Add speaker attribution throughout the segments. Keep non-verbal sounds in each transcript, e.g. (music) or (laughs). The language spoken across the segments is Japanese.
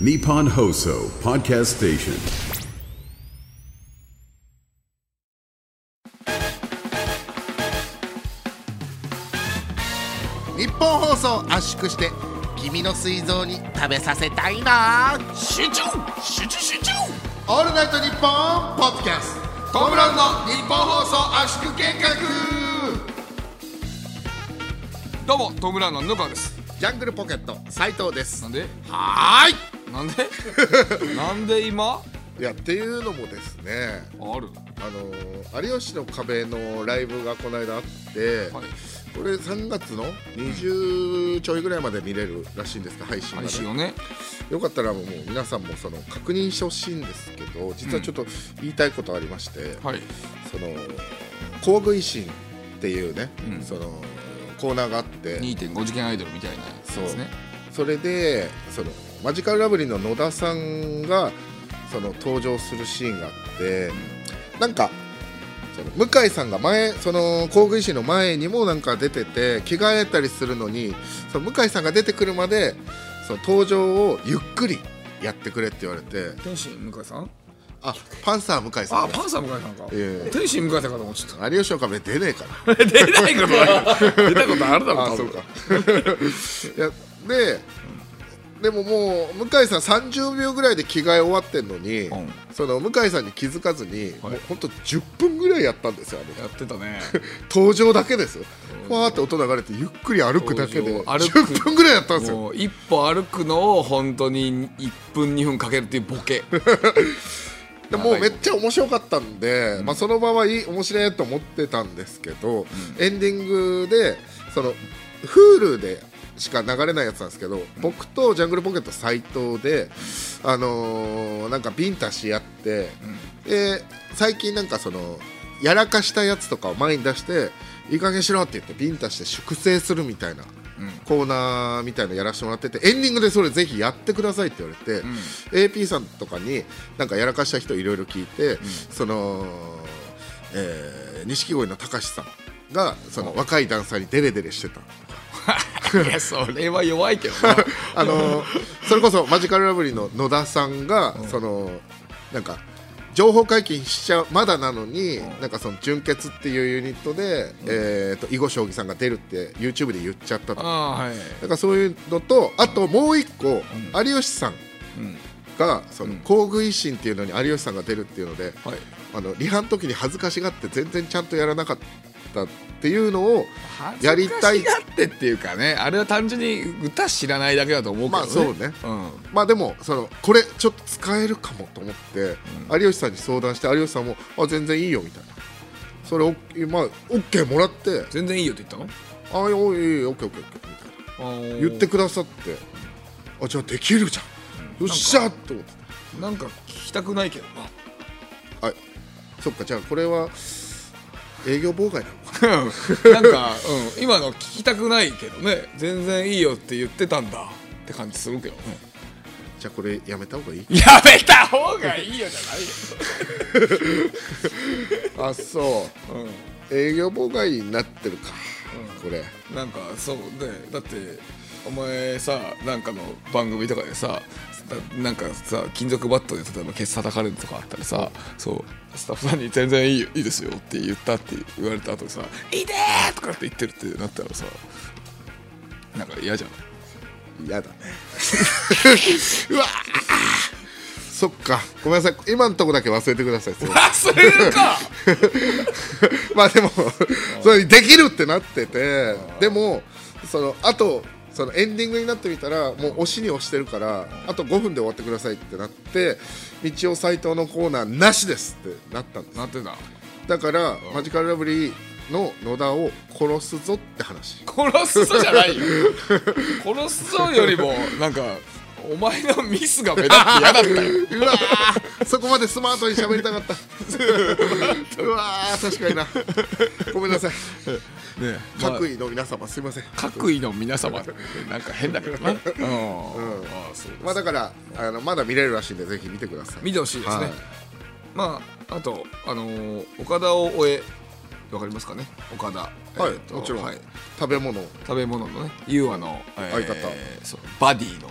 Speaker 1: Nippon Hoso Podcast Station.
Speaker 2: 日本放送圧縮して君の膵臓に食べさせたいな集中集中集中オールナイトニッポンポッドキャストトムランの日本放送圧縮計画
Speaker 3: どうもトムラウンの布川です
Speaker 2: ジャングルポケット斉藤です
Speaker 3: なんで
Speaker 2: はーい
Speaker 3: (laughs) なんでなんで今
Speaker 2: いやっていうのもですね
Speaker 3: ある
Speaker 2: あのー有吉の壁のライブがこの間あって、
Speaker 3: はい
Speaker 2: これ3月の20ちょいぐらいまで見れるらしいんですか配信がね
Speaker 3: 配信をね
Speaker 2: よかったらもう皆さんもその確認してほしいんですけど実はちょっと言いたいことありまして、
Speaker 3: はい
Speaker 2: その工具維新っていうね、
Speaker 3: うん
Speaker 2: そのコーナーがあって
Speaker 3: 2.5次元アイドルみたいなやつ
Speaker 2: そう
Speaker 3: ですね
Speaker 2: それでそのマジカルラブリーの野田さんがその登場するシーンがあって、なんかその向井さんが前その工具維新の前にもなんか出てて着替えたりするのにその向井さんが出てくるまでその登場をゆっくりやってくれって言われて
Speaker 3: 天心向井さん
Speaker 2: あパンサー向井さ
Speaker 3: あ
Speaker 2: んだ
Speaker 3: パンサー向井さんか、
Speaker 2: ええ
Speaker 3: 天心向井さんかと思っちゃっ
Speaker 2: 有吉の壁出ねえから
Speaker 3: た (laughs) 出ないこと (laughs) は出たことあるだろ
Speaker 2: あ
Speaker 3: 多
Speaker 2: そう
Speaker 3: 分
Speaker 2: か (laughs) いやででももう向井さん30秒ぐらいで着替え終わってんのに、
Speaker 3: うん
Speaker 2: その向井さんに気づかずに、も
Speaker 3: はい
Speaker 2: うほんと10分ぐらいやったんですよあの
Speaker 3: やってたね
Speaker 2: 登場だけですよふわーって音流れてゆっくり歩くだけで
Speaker 3: 登場歩く
Speaker 2: 10分ぐらいやったんですよ
Speaker 3: もう一歩歩くのを本当に1分2分かけるっていうボ (laughs) ケ
Speaker 2: でもうめっちゃ面白かったんで、まあ、その場はいい面白いと思ってたんですけど、エンディングでその Hulu でしか流れないやつなんですけど僕とジャングルポケット斉藤で、あのーなんかビンタし合って、で最近なんかそのやらかしたやつとかを前に出していい加減しろって言ってビンタして粛清するみたいな。コーナーみたいなのやらせてもらっててエンディングでそれぜひやってくださいって言われて、AP さんとかになんかやらかした人いろいろ聞いて、そのえー錦鯉の隆さんがその若いダンサーにデレデレしてた。
Speaker 3: いやそれは弱いけどな
Speaker 2: あのそれこそマジカルラブリーの野田さんが、そのなんか情報解禁しちゃうまだなのに、なんかその純潔っていうユニットで、えーと囲碁将棋さんが出るって YouTube で言っちゃったと
Speaker 3: あ
Speaker 2: だ
Speaker 3: あはい
Speaker 2: からそういうのとあともう一個、有吉さんがその工具維新っていうのに有吉さんが出るっていうので、
Speaker 3: はい
Speaker 2: あのリハの時に恥ずかしがって全然ちゃんとやらなかったっていうのをやりたい
Speaker 3: 恥ずかしがってっていうかねあれは単純に歌知らないだけだと思うけ
Speaker 2: ま
Speaker 3: どね
Speaker 2: あそうね
Speaker 3: うん
Speaker 2: まあでもそのこれちょっと使えるかもと思って、有吉さんに相談して有吉さんもあ全然いいよみたいなそれオッケーまあオッケーもらって
Speaker 3: 全然いいよって言ったの
Speaker 2: あおいおいオッケーオッケーオッケーみ
Speaker 3: あ
Speaker 2: たい
Speaker 3: ー
Speaker 2: な言ってくださってあじゃあできるじゃんよっしゃと思って
Speaker 3: なんか聞きたくないけどな
Speaker 2: あそっかじゃあこれは営業妨害なのか
Speaker 3: うんなん (laughs) か、うん、今の聞きたくないけどね全然いいよって言ってたんだって感じするけどね
Speaker 2: じゃあこれやめた方がいい
Speaker 3: やめた方がいいよじゃ
Speaker 2: あそう
Speaker 3: ないよ、
Speaker 2: 営業妨害になってるか、これ
Speaker 3: うん、なんかそうねだってお前さなんかの番組とかでさななんかさ金属バットで例えばケツ叩かれるとかあったらさそうスタッフさんに「全然いいよいいですよ」って言ったって言われた後にさ「いてー!」とかって言ってるってなったらさなんか嫌じゃん
Speaker 2: やだね (laughs) うわーそっかごめんなさい今のとこだけ忘れ (laughs) てください
Speaker 3: (laughs) 忘れるか
Speaker 2: まあでもそれできるってなっててでもそのあとそのエンディングになってみたらもう押しに押してるからあと5分で終わってくださいってなって道夫斎藤のコーナーなしですってなったんです
Speaker 3: なってた
Speaker 2: だからマジカルラブリーの野田を殺すぞって話
Speaker 3: 殺すぞじゃないよ殺すぞよりもなんかお前のミスが目立って嫌だ
Speaker 2: (laughs)
Speaker 3: ったよ
Speaker 2: うわーそこまでスマートに喋りたかったうわー確かになごめんなさい
Speaker 3: ねまあ
Speaker 2: 各位の皆様すいません
Speaker 3: 各位の皆様ってなんか変
Speaker 2: (laughs)
Speaker 3: だけどな、うんああそうです
Speaker 2: まあだからあのまだ見れるらしいんでぜひ見てください
Speaker 3: 見てほしいですね、
Speaker 2: はい
Speaker 3: まああとあのー岡田を終えわかりますかね岡田
Speaker 2: はい、
Speaker 3: えーと
Speaker 2: もちろん、
Speaker 3: はい
Speaker 2: 食べ物
Speaker 3: 食べ物のね優和の、えー
Speaker 2: 相方 (laughs)
Speaker 3: そうバディの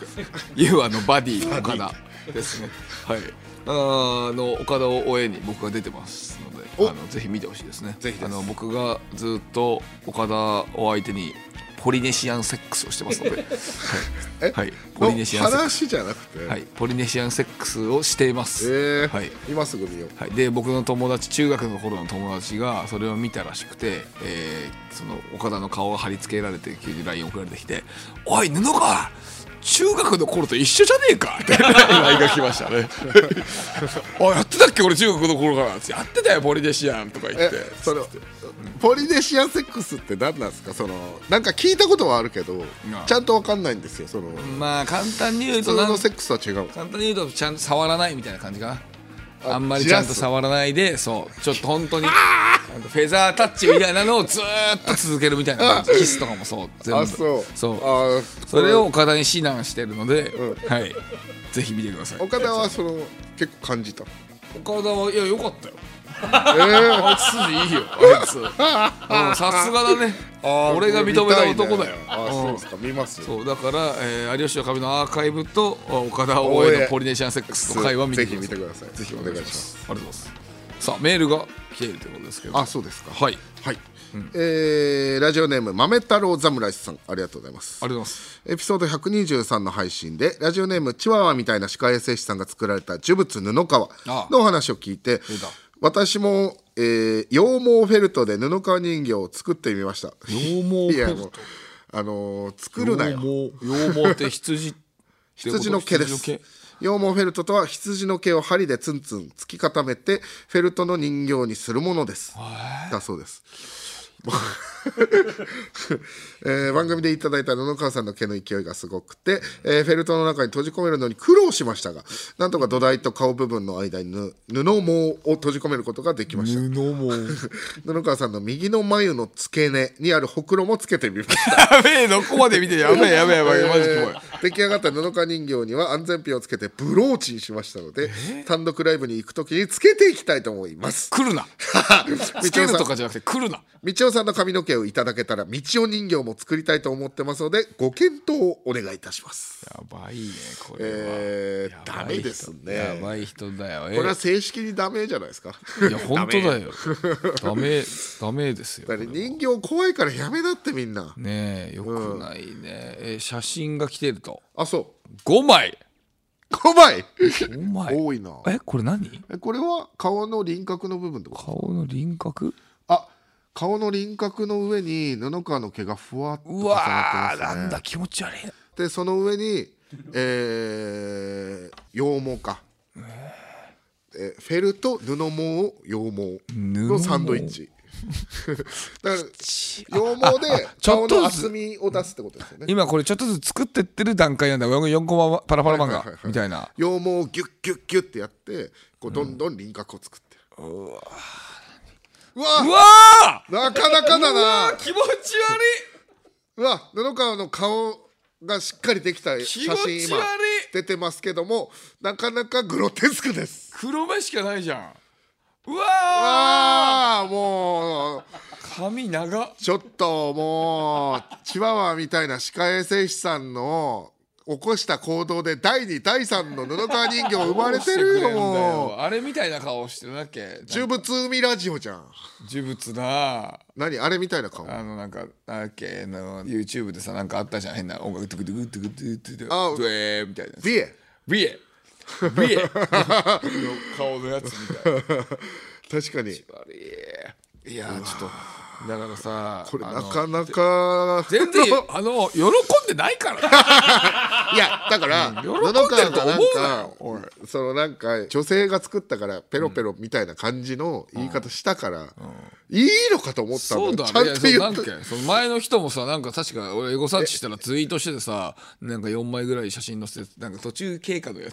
Speaker 3: 「You あのバディ岡田」ですねはいあーあの岡田を応援に僕が出てますので
Speaker 2: お
Speaker 3: あのぜひ見てほしいですね
Speaker 2: ぜひです
Speaker 3: あの僕がずっと岡田を相手にポリネシアンセックスをしてます
Speaker 2: (laughs)
Speaker 3: ので
Speaker 2: え
Speaker 3: はいポ
Speaker 2: の
Speaker 3: リネシアンセック
Speaker 2: 話じゃなくて、
Speaker 3: スはいポリネシアンセックスをしています
Speaker 2: えー
Speaker 3: はい
Speaker 2: 今すぐ見よう
Speaker 3: はい、で僕の友達中学の頃の友達がそれを見たらしくて、えーその岡田の顔が貼り付けられて急に LINE 送られてきて「おい布川中学の頃と一緒じゃねえか!」って (laughs) LINE が来ましたね (laughs) 「あやってたっけ俺中学の頃から」やってたよポリネシアン」とか言っ
Speaker 2: え
Speaker 3: て
Speaker 2: そのポリネシアンセックスって何なんですかそのなんか聞いたことはあるけどちゃんとわかんないんですよその
Speaker 3: まあ簡単に言う
Speaker 2: 普
Speaker 3: と
Speaker 2: 通
Speaker 3: なん
Speaker 2: のセックスは違う
Speaker 3: 簡単に言うとちゃんと触らないみたいな感じかな
Speaker 2: あ
Speaker 3: あんまりちゃんと触らないでそうちょっと本当になんかフェザータッチみたいなのをずーっと続けるみたいな感じキスとかもそう全部
Speaker 2: あそう
Speaker 3: そう
Speaker 2: あ
Speaker 3: それを岡田に指南してるので、
Speaker 2: う
Speaker 3: はいぜひ見てください
Speaker 2: 岡田はその結構感じた
Speaker 3: 岡田はいやよ
Speaker 2: (laughs)
Speaker 3: かったよ
Speaker 2: え
Speaker 3: (laughs) あいつ筋いいよ
Speaker 2: (laughs)
Speaker 3: あいつうんさすがだね俺が認めた男だよ、
Speaker 2: あそうですか見ます
Speaker 3: そうだから、えー有吉の壁のアーカイブとあ岡田応援のポリネシアンセックスの会は見て
Speaker 2: ぜ
Speaker 3: くだ
Speaker 2: ひ
Speaker 3: さ
Speaker 2: 見て
Speaker 3: い
Speaker 2: くださいぜひお願いします
Speaker 3: ありがとうございますさあメールが来ているということですけど
Speaker 2: あそうですか
Speaker 3: はいあ
Speaker 2: は
Speaker 3: り
Speaker 2: いえーラジオネーム豆太郎侍さんありがとうございます
Speaker 3: がとうございます
Speaker 2: エピソード123の配信でラジオネームチワワみたいな歯科衛生士さんが作られた呪物布川
Speaker 3: ああ
Speaker 2: のお話を聞いて
Speaker 3: た
Speaker 2: 私も、えー羊毛フェルトで布川人形を作ってみました
Speaker 3: 羊毛
Speaker 2: (laughs) いやもうあのー作るなよ
Speaker 3: 毛羊毛って羊ってこと
Speaker 2: 羊の毛です
Speaker 3: (laughs) 羊の毛
Speaker 2: 羊毛フェルトとは羊の毛を針でツンツン突き固めてフェルトの人形にするものですだそうですえー番組でいただいた布川さんの毛の勢いがすごくて、えーフェルトの中に閉じ込めるのに苦労しましたがなんとか土台と顔部分の間にぬ布毛を閉じ込めることができました
Speaker 3: 布
Speaker 2: 布川さんの右の眉の付け根にあるほくろもつけてみました
Speaker 3: 毛やべえどこまで見てやべえやべえやべえマジキモい
Speaker 2: 出来上がった布川人形には安全ピンをつけてブローチにしましたので単独ライブに行く時につけていきたいと思います
Speaker 3: 来
Speaker 2: (laughs)
Speaker 3: るなつけるとかじゃなくて来るな
Speaker 2: みちおさんの髪の毛をいただけたらみちお人形も作りたいと思ってますのでご検討をお願いいたします
Speaker 3: やばいねこれは、
Speaker 2: えー、
Speaker 3: や
Speaker 2: ダ
Speaker 3: ばい
Speaker 2: メ
Speaker 3: 人
Speaker 2: ですね
Speaker 3: やばい人だよえ
Speaker 2: これは正式にダメじゃないですか
Speaker 3: いや本当だよダメダメですよ
Speaker 2: だって人形怖いからやめだってみんな
Speaker 3: ねえよくないね、え写真が来てると
Speaker 2: あそ
Speaker 3: 5枚
Speaker 2: う5枚
Speaker 3: 5枚
Speaker 2: 多いな
Speaker 3: えこれ何
Speaker 2: えこれは顔の輪郭の部分ってこと
Speaker 3: 顔の輪郭
Speaker 2: あ顔の輪郭の上に布川の毛がふわっと重
Speaker 3: う
Speaker 2: なっ
Speaker 3: わー
Speaker 2: てま
Speaker 3: な
Speaker 2: すね
Speaker 3: んだ気持ち悪い
Speaker 2: でその上に、えー、羊毛か、えーフェルト布毛を羊毛のサンドイッ
Speaker 3: (laughs)
Speaker 2: チだから羊毛で
Speaker 3: ち
Speaker 2: 顔
Speaker 3: ょっと
Speaker 2: の
Speaker 3: ずつ
Speaker 2: 厚みを出すってことですよね
Speaker 3: 今これちょっとずつ作ってってる段階なんだ4コマパラパラ漫
Speaker 2: はいはい
Speaker 3: 画
Speaker 2: はい
Speaker 3: みたいな
Speaker 2: 羊毛をギュッギュッギュッってやってこうどんどん輪郭を作ってる、うわ
Speaker 3: うわ
Speaker 2: なかなかだな
Speaker 3: ー気持ち悪
Speaker 2: うわ布川の顔がしっかりできた写
Speaker 3: 気持
Speaker 2: 真
Speaker 3: ち
Speaker 2: 今
Speaker 3: 悪い
Speaker 2: 出てますけどもなかなかグロテスクです
Speaker 3: 黒目しかないじゃんうわ
Speaker 2: ああもう
Speaker 3: ー髪長っ
Speaker 2: ちょっともうチワワみたいな歯科衛生士さんの起こした行動で第2第3の布川人形生まれてるよもう
Speaker 3: あれみたいな顔してるだっけ
Speaker 2: 呪物海ラジオじゃん
Speaker 3: 呪物な
Speaker 2: 何あれみたいな顔
Speaker 3: あのなんかなんだっけあの YouTube でさなんかあったじゃん変な音楽トゥクトゥクトゥクトゥクトゥク
Speaker 2: あ
Speaker 3: ドゥエーみたいな
Speaker 2: ビエ
Speaker 3: ビエビエの顔のやつみたいな
Speaker 2: 確かに
Speaker 3: (laughs) 悪いいやーちょっとだからさ
Speaker 2: これ
Speaker 3: あ
Speaker 2: な
Speaker 3: の
Speaker 2: かなか
Speaker 3: 全然
Speaker 2: (laughs)
Speaker 3: あの喜んでない (laughs) から
Speaker 2: いやだから布
Speaker 3: 喜んでると思うなよ
Speaker 2: 川がなんか
Speaker 3: おい
Speaker 2: そのなんか女性が作ったからペロペロみたいな感じの言い方したから、いいのかと思ったん
Speaker 3: そう
Speaker 2: だ
Speaker 3: だ
Speaker 2: よ
Speaker 3: ね
Speaker 2: ちゃんと
Speaker 3: いやそう
Speaker 2: 言
Speaker 3: な
Speaker 2: っ
Speaker 3: ん
Speaker 2: て
Speaker 3: だっけその前の人もさなんか確か俺エゴサーチしたらツイートしててさなんか4枚ぐらい写真載せてなんか途中経過のや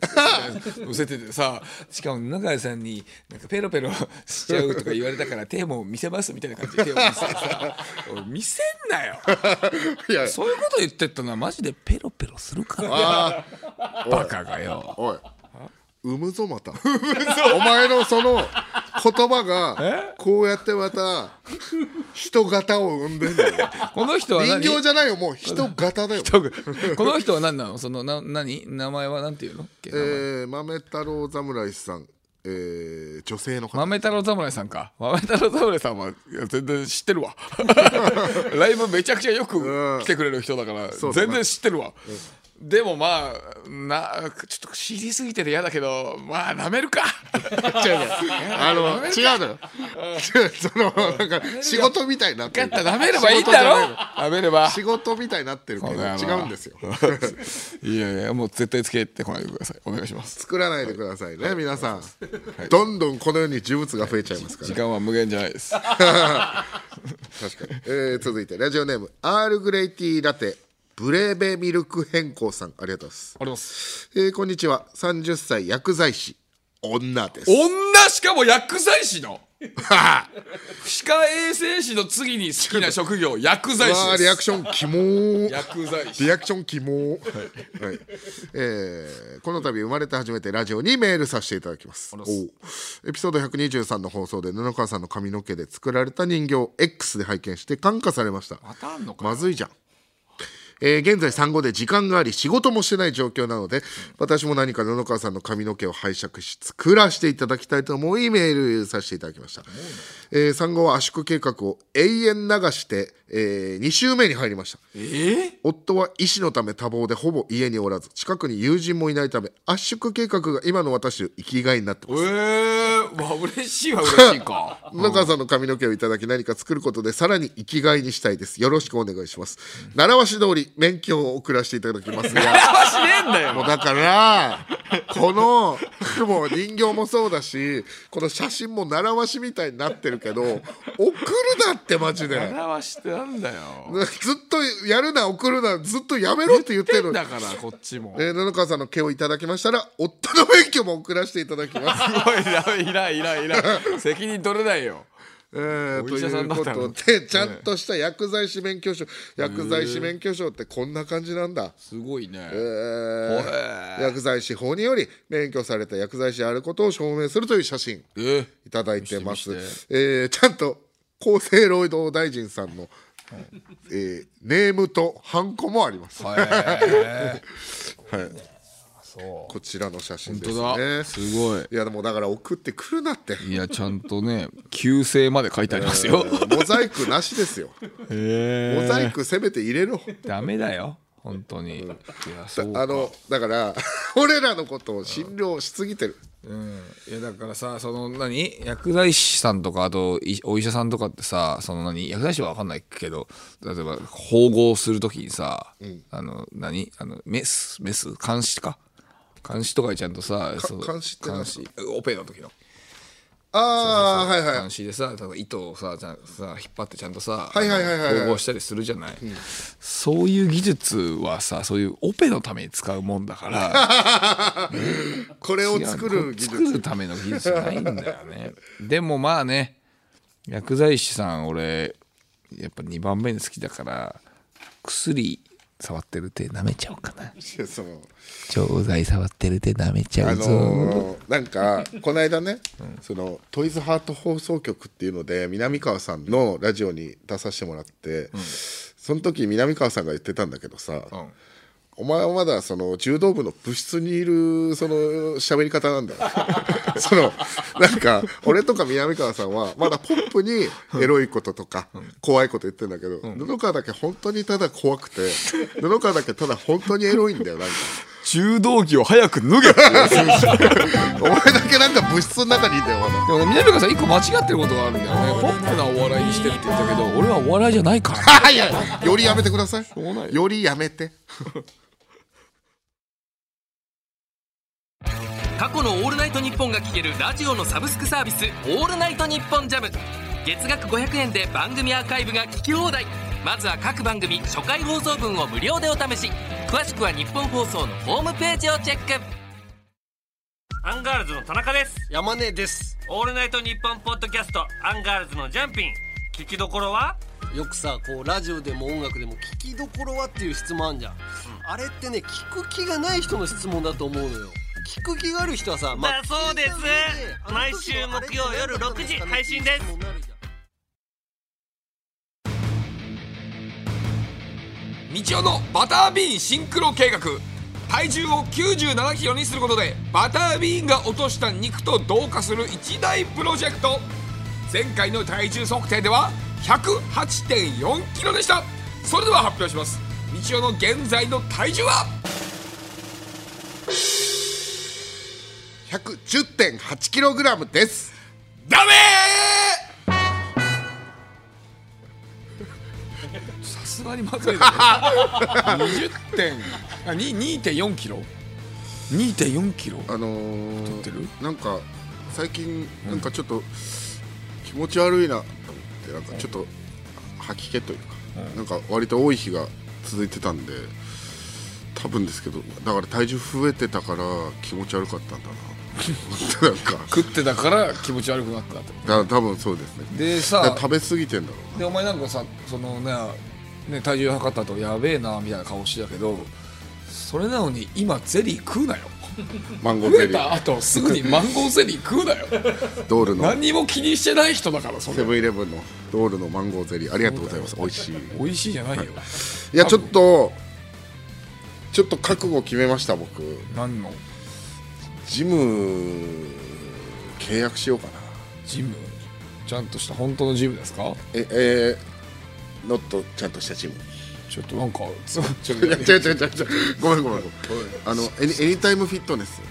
Speaker 3: つ (laughs) 載せててさしかも中谷さんになんかペロペロしちゃうとか言われたから手も見せますみたいな感じで手を見せて (laughs) さおい見せんなよ
Speaker 2: (laughs) いや
Speaker 3: そういうこと言ってったのはマジでペロペロするから
Speaker 2: あ
Speaker 3: (laughs) バカがよ (laughs)
Speaker 2: おい産むぞまたお前のその言葉がこうやってまた人型を生んでんだよ
Speaker 3: (laughs) この人は
Speaker 2: 人
Speaker 3: 何
Speaker 2: 形じゃないよもう人型だよ
Speaker 3: 人が (laughs) この人は何なのそのな何名前は何ていうの、え
Speaker 2: えー、豆太郎侍さん、えー、女性の方
Speaker 3: 豆太郎侍さんか豆太郎侍さんはいや全然知ってる
Speaker 2: (laughs)
Speaker 3: わライブめちゃくちゃよく来てくれる人だから
Speaker 2: そうだな
Speaker 3: 全然知ってるわ、でもまあなちょっと知りすぎてて嫌だけどまあなめる
Speaker 2: (laughs)
Speaker 3: か
Speaker 2: 違うのよあの違うのよ (laughs) そのなんか仕事みたいになって
Speaker 3: ガ
Speaker 2: る
Speaker 3: ッタなめればいいんだ
Speaker 2: 仕
Speaker 3: ろ
Speaker 2: 事じゃない
Speaker 3: なめれば (laughs)
Speaker 2: 仕事みたいになってるけど
Speaker 3: そうだよな
Speaker 2: 違うん
Speaker 3: (laughs)
Speaker 2: ですよ
Speaker 3: いやいやもう絶対つけてこないでくださいお願いします
Speaker 2: 作らないでくださいね、皆さん、どんどんこの世に呪物が増えちゃいますから
Speaker 3: 時間は無限じゃないです
Speaker 2: 確かに、えー続いてラジオネームアールグレイティーラテブレーベミルク変更さんありがとうございます、
Speaker 3: あります
Speaker 2: えーこんにちは30歳薬剤師女です
Speaker 3: 女しかも薬剤師の (laughs) 歯科衛生士の次に好きな職業薬剤師
Speaker 2: わ
Speaker 3: で
Speaker 2: あ
Speaker 3: す
Speaker 2: リアクションキモー
Speaker 3: 薬剤師
Speaker 2: リアクションキモー、はいえーこの度生まれて初めてラジオにメールさせていただきますおうエピソード123の放送で布川さんの髪の毛で作られた人形を X で拝見して感化されました
Speaker 3: またあんのか
Speaker 2: まずいじゃん。えー現在産後で時間があり仕事もしてない状況なので私も何か布川さんの髪の毛を拝借し作らせていただきたいと思いメールさせていただきました、えー産後は圧縮計画を永遠流して、え2週目に入りました
Speaker 3: えー、
Speaker 2: 夫は医師のため多忙でほぼ家におらず近くに友人もいないため圧縮計画が今の私の生きがいになってます
Speaker 3: えー、まあ嬉しいは嬉し
Speaker 2: (laughs)
Speaker 3: いか
Speaker 2: 野川さんの髪の毛をいただき何か作ることでさらに生きがいにしたいですよろしくお願いします習わし通り免許を送らせていただきますが
Speaker 3: 騙しねえんだよ
Speaker 2: もうだからこのもう人形もそうだしこの写真も習わしみたいになってるけど
Speaker 3: (laughs)
Speaker 2: 送るなってマジで
Speaker 3: 騙してなんだよ
Speaker 2: ずっとやるな送るなずっとやめろって言ってるのに
Speaker 3: だからこっちも
Speaker 2: えー、野々川さんの毛をいただきましたら夫の免許も送らせていただきます
Speaker 3: (laughs) すごいな偉い偉い偉い
Speaker 2: (laughs)
Speaker 3: 責任取れないよ
Speaker 2: えー
Speaker 3: お
Speaker 2: と
Speaker 3: 医者さ
Speaker 2: い
Speaker 3: ん
Speaker 2: う
Speaker 3: だっ
Speaker 2: こ
Speaker 3: たの
Speaker 2: とでちゃんとした薬剤師免許証薬剤師免許証ってこんな感じなんだ、
Speaker 3: すごいね、
Speaker 2: えー
Speaker 3: ほえ
Speaker 2: 薬剤師法により免許された薬剤師であることを証明するという写真
Speaker 3: えー
Speaker 2: いただいてます
Speaker 3: 見し
Speaker 2: えーちゃんと厚生労働大臣さんの、えーネームとハンコもあります、 (laughs) はいこちらの写真です
Speaker 3: 本当
Speaker 2: ね
Speaker 3: だすごい
Speaker 2: いやでもだから送ってくるなって
Speaker 3: いやちゃんとね旧姓まで書いてありますよ、
Speaker 2: モザイクなしですよ
Speaker 3: え
Speaker 2: モザイクせめて入れろ
Speaker 3: ー、 (laughs) ダメだよ本当にいやそう
Speaker 2: あのだから (laughs) 俺らのことを診療しすぎてる
Speaker 3: いやだからさその何薬剤師さんとかあといお医者さんとかってさその何薬剤師は分かんないけど例えば縫合する時にさ、あの何あのメスメス監視か監視とかにちゃんとさそう
Speaker 2: 監視って何
Speaker 3: 監視オペの時の
Speaker 2: ああはいはい
Speaker 3: 監視でさ例えば糸をさちゃんさ引っ張ってちゃんとさ
Speaker 2: はいはいはいはいはい
Speaker 3: あの縫合したりするじゃない、そういう技術はさそういうオペのために使うもんだから
Speaker 2: これを作る技術
Speaker 3: 作るための技術じゃないんだよねでもまあね薬剤師さん俺やっぱ2番目に好きだから薬触ってる手舐めちゃおうかな
Speaker 2: その
Speaker 3: 錠剤触ってる手舐めちゃ
Speaker 2: あ
Speaker 3: うぞ、
Speaker 2: のーなんかこの間ね、そのトイズハート放送局っていうので南川さんのラジオに出させてもらって、その時南川さんが言ってたんだけどさ、
Speaker 3: うん
Speaker 2: お前はまだその柔道部の部室にいるその喋り方なんだよ (laughs) そのなんか俺とか南川さんはまだポップにエロいこととか怖いこと言ってんだけど、布川だけ本当にただ怖くて (laughs) 布川だけただ本当にエロいんだよなんか
Speaker 3: 柔道着を早く脱げって言われてる
Speaker 2: お前だけなんか部室の中にいんだよまだ
Speaker 3: でもね南川さん1個間違ってることがあるんだよねポップなお笑いにしてるって言ったけど俺はお笑いじゃないか
Speaker 2: (laughs)
Speaker 3: ら
Speaker 2: はいやよりやめてくださ
Speaker 3: ょうがない
Speaker 2: い
Speaker 3: よ
Speaker 2: よりやめて
Speaker 4: 過去の「オールナイトニッポン」が聴けるラジオのサブスクサービス「オールナイトニッポンジャム月額500円で番組アーカイブが聞き放題まずは各番組初回放送分を無料でお試し詳しくは日本放送のホームページをチェック
Speaker 5: アンガールズの田中です
Speaker 6: 山根です
Speaker 5: オールナイトニッポンポッドキャストアンガールズのジャンピン聞きどころは
Speaker 6: よくさこうラジオでも音楽でも聞きどころはっていう質問あんじゃん、あれってね聞く気がない人の質問だと思うのよ聞く気がある人はさ、
Speaker 5: だそうです毎週木曜夜6時配信です
Speaker 7: 道夫のバタービーンシンクロ計画体重を9 7キロにすることでバタービーンが落とした肉と同化する一大プロジェクト前回の体重測定では1 0 8 4キロでしたそれでは発表します道夫の現在の体重は
Speaker 2: 110.8キログラムです
Speaker 7: ダメ
Speaker 3: さすがにまずいだね20点あに2.4キロ2.4キロ
Speaker 2: あのー、
Speaker 3: ってる
Speaker 2: なんか最近なんかちょっと気持ち悪いなと思ってなんかちょっと吐き気というか、なんか割と多い日が続いてたんで多分ですけどだから体重増えてたから気持ち悪かったんだ
Speaker 3: (laughs)
Speaker 2: ななんか
Speaker 3: 食ってたから気持ち悪くなったって
Speaker 2: だ多分そうですね
Speaker 3: で
Speaker 2: だ
Speaker 3: さ
Speaker 2: から食べ過ぎてんだろ
Speaker 3: でお前なんかさそのねね体重測ったとやべえなみたいな顔してたけどそれなのに今ゼリー食うなよ
Speaker 2: うなマンゴー
Speaker 3: 食
Speaker 2: ゼ
Speaker 3: え
Speaker 2: リ
Speaker 3: た
Speaker 2: ー
Speaker 3: 後すぐにマンゴーゼリー食うなよ
Speaker 2: (laughs) ドールの
Speaker 3: 何にも気にしてない人だからそ
Speaker 2: セ
Speaker 3: れ
Speaker 2: ブンイレブンのドールのマンゴーゼリーありがとうございます美味しい
Speaker 3: 美味しいじゃないよ
Speaker 2: いやちょっとちょっと覚悟決めました僕
Speaker 3: 何の
Speaker 2: ジム契約しようかな
Speaker 3: ジムちゃんとした本当のジムですか
Speaker 2: ええー、ノットちゃんとしたチーム
Speaker 3: ちょっとなんかつちょっ
Speaker 2: い
Speaker 3: と
Speaker 2: や (laughs)
Speaker 3: や
Speaker 2: 違う違う違う違うごめんごめんごめんあのエニエニタイムフィットネス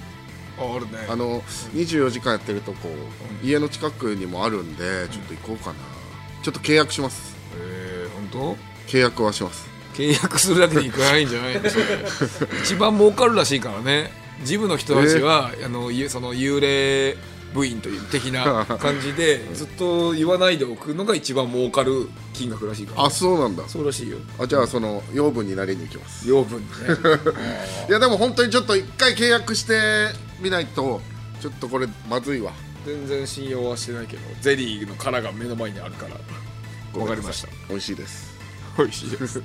Speaker 3: ああるね
Speaker 2: あの24時間やってるとこ家の近くにもあるんでちょっと行こうかなちょっと契約します
Speaker 3: えー、本
Speaker 2: 契約はします
Speaker 3: 当契約するだけにいかないんじゃないのそれ一番儲かるらしいからねジムの人たちは、あのゆその幽霊部員という的 (laughs) な感じでずっと言わないでおくのが一番儲かる金額らしいから、
Speaker 2: あそうなんだ
Speaker 3: そうらしいよ
Speaker 2: あじゃあその養分になりに行きます
Speaker 3: 養分にね
Speaker 2: いやでも本当にちょっと一回契約してみないとちょっとこれまずいわ
Speaker 3: 全然信用はしてないけどゼリーの殻が目の前にあるからわかりました
Speaker 2: 美味しいです
Speaker 3: 美味しいです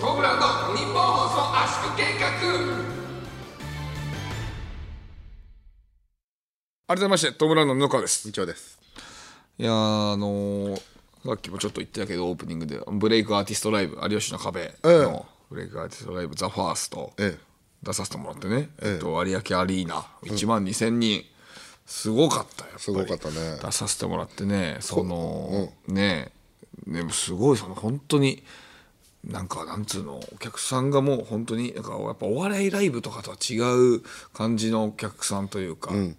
Speaker 7: トムブラウンド日本放送圧縮計画
Speaker 3: 改めましてトムブラウンドの布川です
Speaker 2: 以上です
Speaker 3: いやーあのーさっきもちょっと言ってたけどオープニングでブレイクアーティストライブ有吉の壁のブレイクアーティストライブザファースト
Speaker 2: ええ
Speaker 3: 出させてもらってね、えっと、有明アリーナ1万2000人、すごかったよ
Speaker 2: すごかったね
Speaker 3: 出させてもらってねその、ねでもすごいその本当になんかなんつうのお客さんがもう本当になんかやっぱお笑いライブとかとは違う感じのお客さんというか、ギャー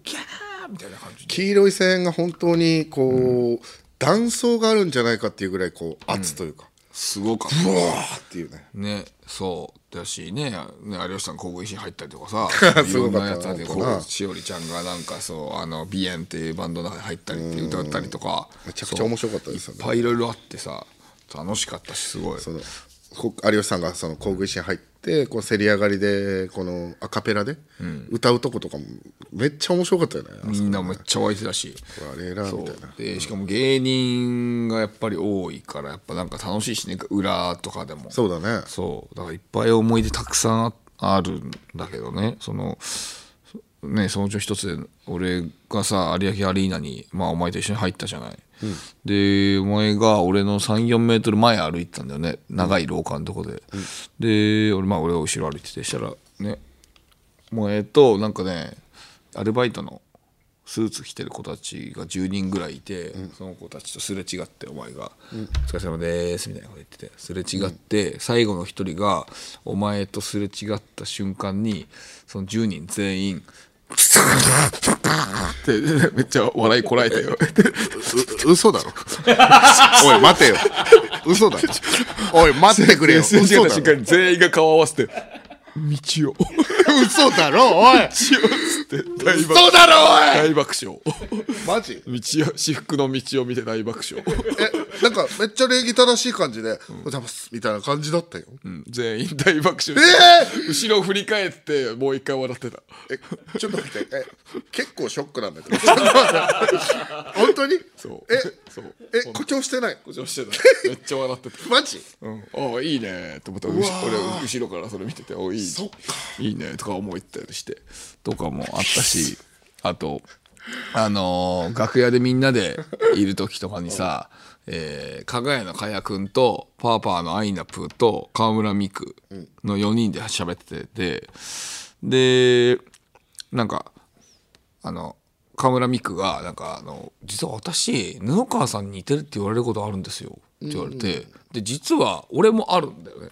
Speaker 3: みたいな感じで
Speaker 2: 黄色い線が本当にこう、断層があるんじゃないかっていうぐらいこう圧というか、
Speaker 3: すごかった
Speaker 2: うわーっていうね
Speaker 3: ねそうだしねね有吉さん工具石入ったりとかさい
Speaker 2: (laughs) す
Speaker 3: ろ
Speaker 2: ご
Speaker 3: ん
Speaker 2: か
Speaker 3: な
Speaker 2: った
Speaker 3: やつあって
Speaker 2: 本当な
Speaker 3: こうしおりちゃんがなんかそうあの鼻炎っていうバンドの中に入ったりって歌ったりとか
Speaker 2: めちゃくちゃ面白かったですよ
Speaker 3: いっ
Speaker 2: ね
Speaker 3: ぱいいろいろあってさ楽しかったしすごい
Speaker 2: そのこ有吉さんがその工具石に入ってこうせり上がりでこのアカペラで歌うとことかもめっちゃ面白かったよね、
Speaker 3: みんなめっちゃ湧いてたし
Speaker 2: あれらみたいな
Speaker 3: でしかも芸人がやっぱり多いからやっぱなんか楽しいしね裏とかでも
Speaker 2: そうだね
Speaker 3: そうだからいっぱい思い出たくさんああるんだけどねそのねそのうちの一つで俺がさ有明アリーナに、まあ、お前と一緒に入ったじゃない、でお前が俺の3 4メートル前歩いてたんだよね長い廊下のとこで、で俺まあ俺は後ろ歩いててしたらねお前となんかねアルバイトのスーツ着てる子たちが10人ぐらいいて、その子たちとすれ違ってお前が「お疲れ様です」みたいなこと言っててすれ違って、最後の一人がお前とすれ違った瞬間にその10人全員「って (laughs) めっちゃ笑いこらえたよ。
Speaker 2: う嘘 (laughs) だろおい待てよ嘘だろおい待ってく
Speaker 3: (laughs)
Speaker 2: れよ
Speaker 3: すれ
Speaker 2: 嘘
Speaker 3: 違っ
Speaker 2: だ
Speaker 3: た瞬間
Speaker 2: ろ
Speaker 3: に全員が顔を合わせて「道を」
Speaker 2: 嘘だろおい
Speaker 3: 道をっつって大爆
Speaker 2: 嘘だろおい
Speaker 3: 大爆笑。
Speaker 2: マジ
Speaker 3: 道を私服の道を見て大爆笑。
Speaker 2: えなんかめっちゃ礼儀正しい感じで「おはようございます」みたいな感じだったよ、
Speaker 3: うん全員大爆 (laughs) 笑して。
Speaker 2: え
Speaker 3: 後ろを振り返ってもう一回笑ってた
Speaker 2: ええちょっと待ってえ結構ショックなんだけど (laughs) ちょっと待って本当に
Speaker 3: そう
Speaker 2: え
Speaker 3: そう
Speaker 2: え誇張してない
Speaker 3: 誇張してためっちゃ笑ってた
Speaker 2: マジ
Speaker 3: うん、ああいいねと思った俺後ろからそれ見てておいいいいねとか思いったりしてとかもあったしあとあのー楽屋でみんなでいる時とかにさ、えー、かがやのかやくんとパーパーのアイナプーと川村美空の4人で喋っててでなんかあの川村美空がなんかあの「実は私布川さんに似てるって言われることあるんですよ」って言われて、で実は俺もあるんだよね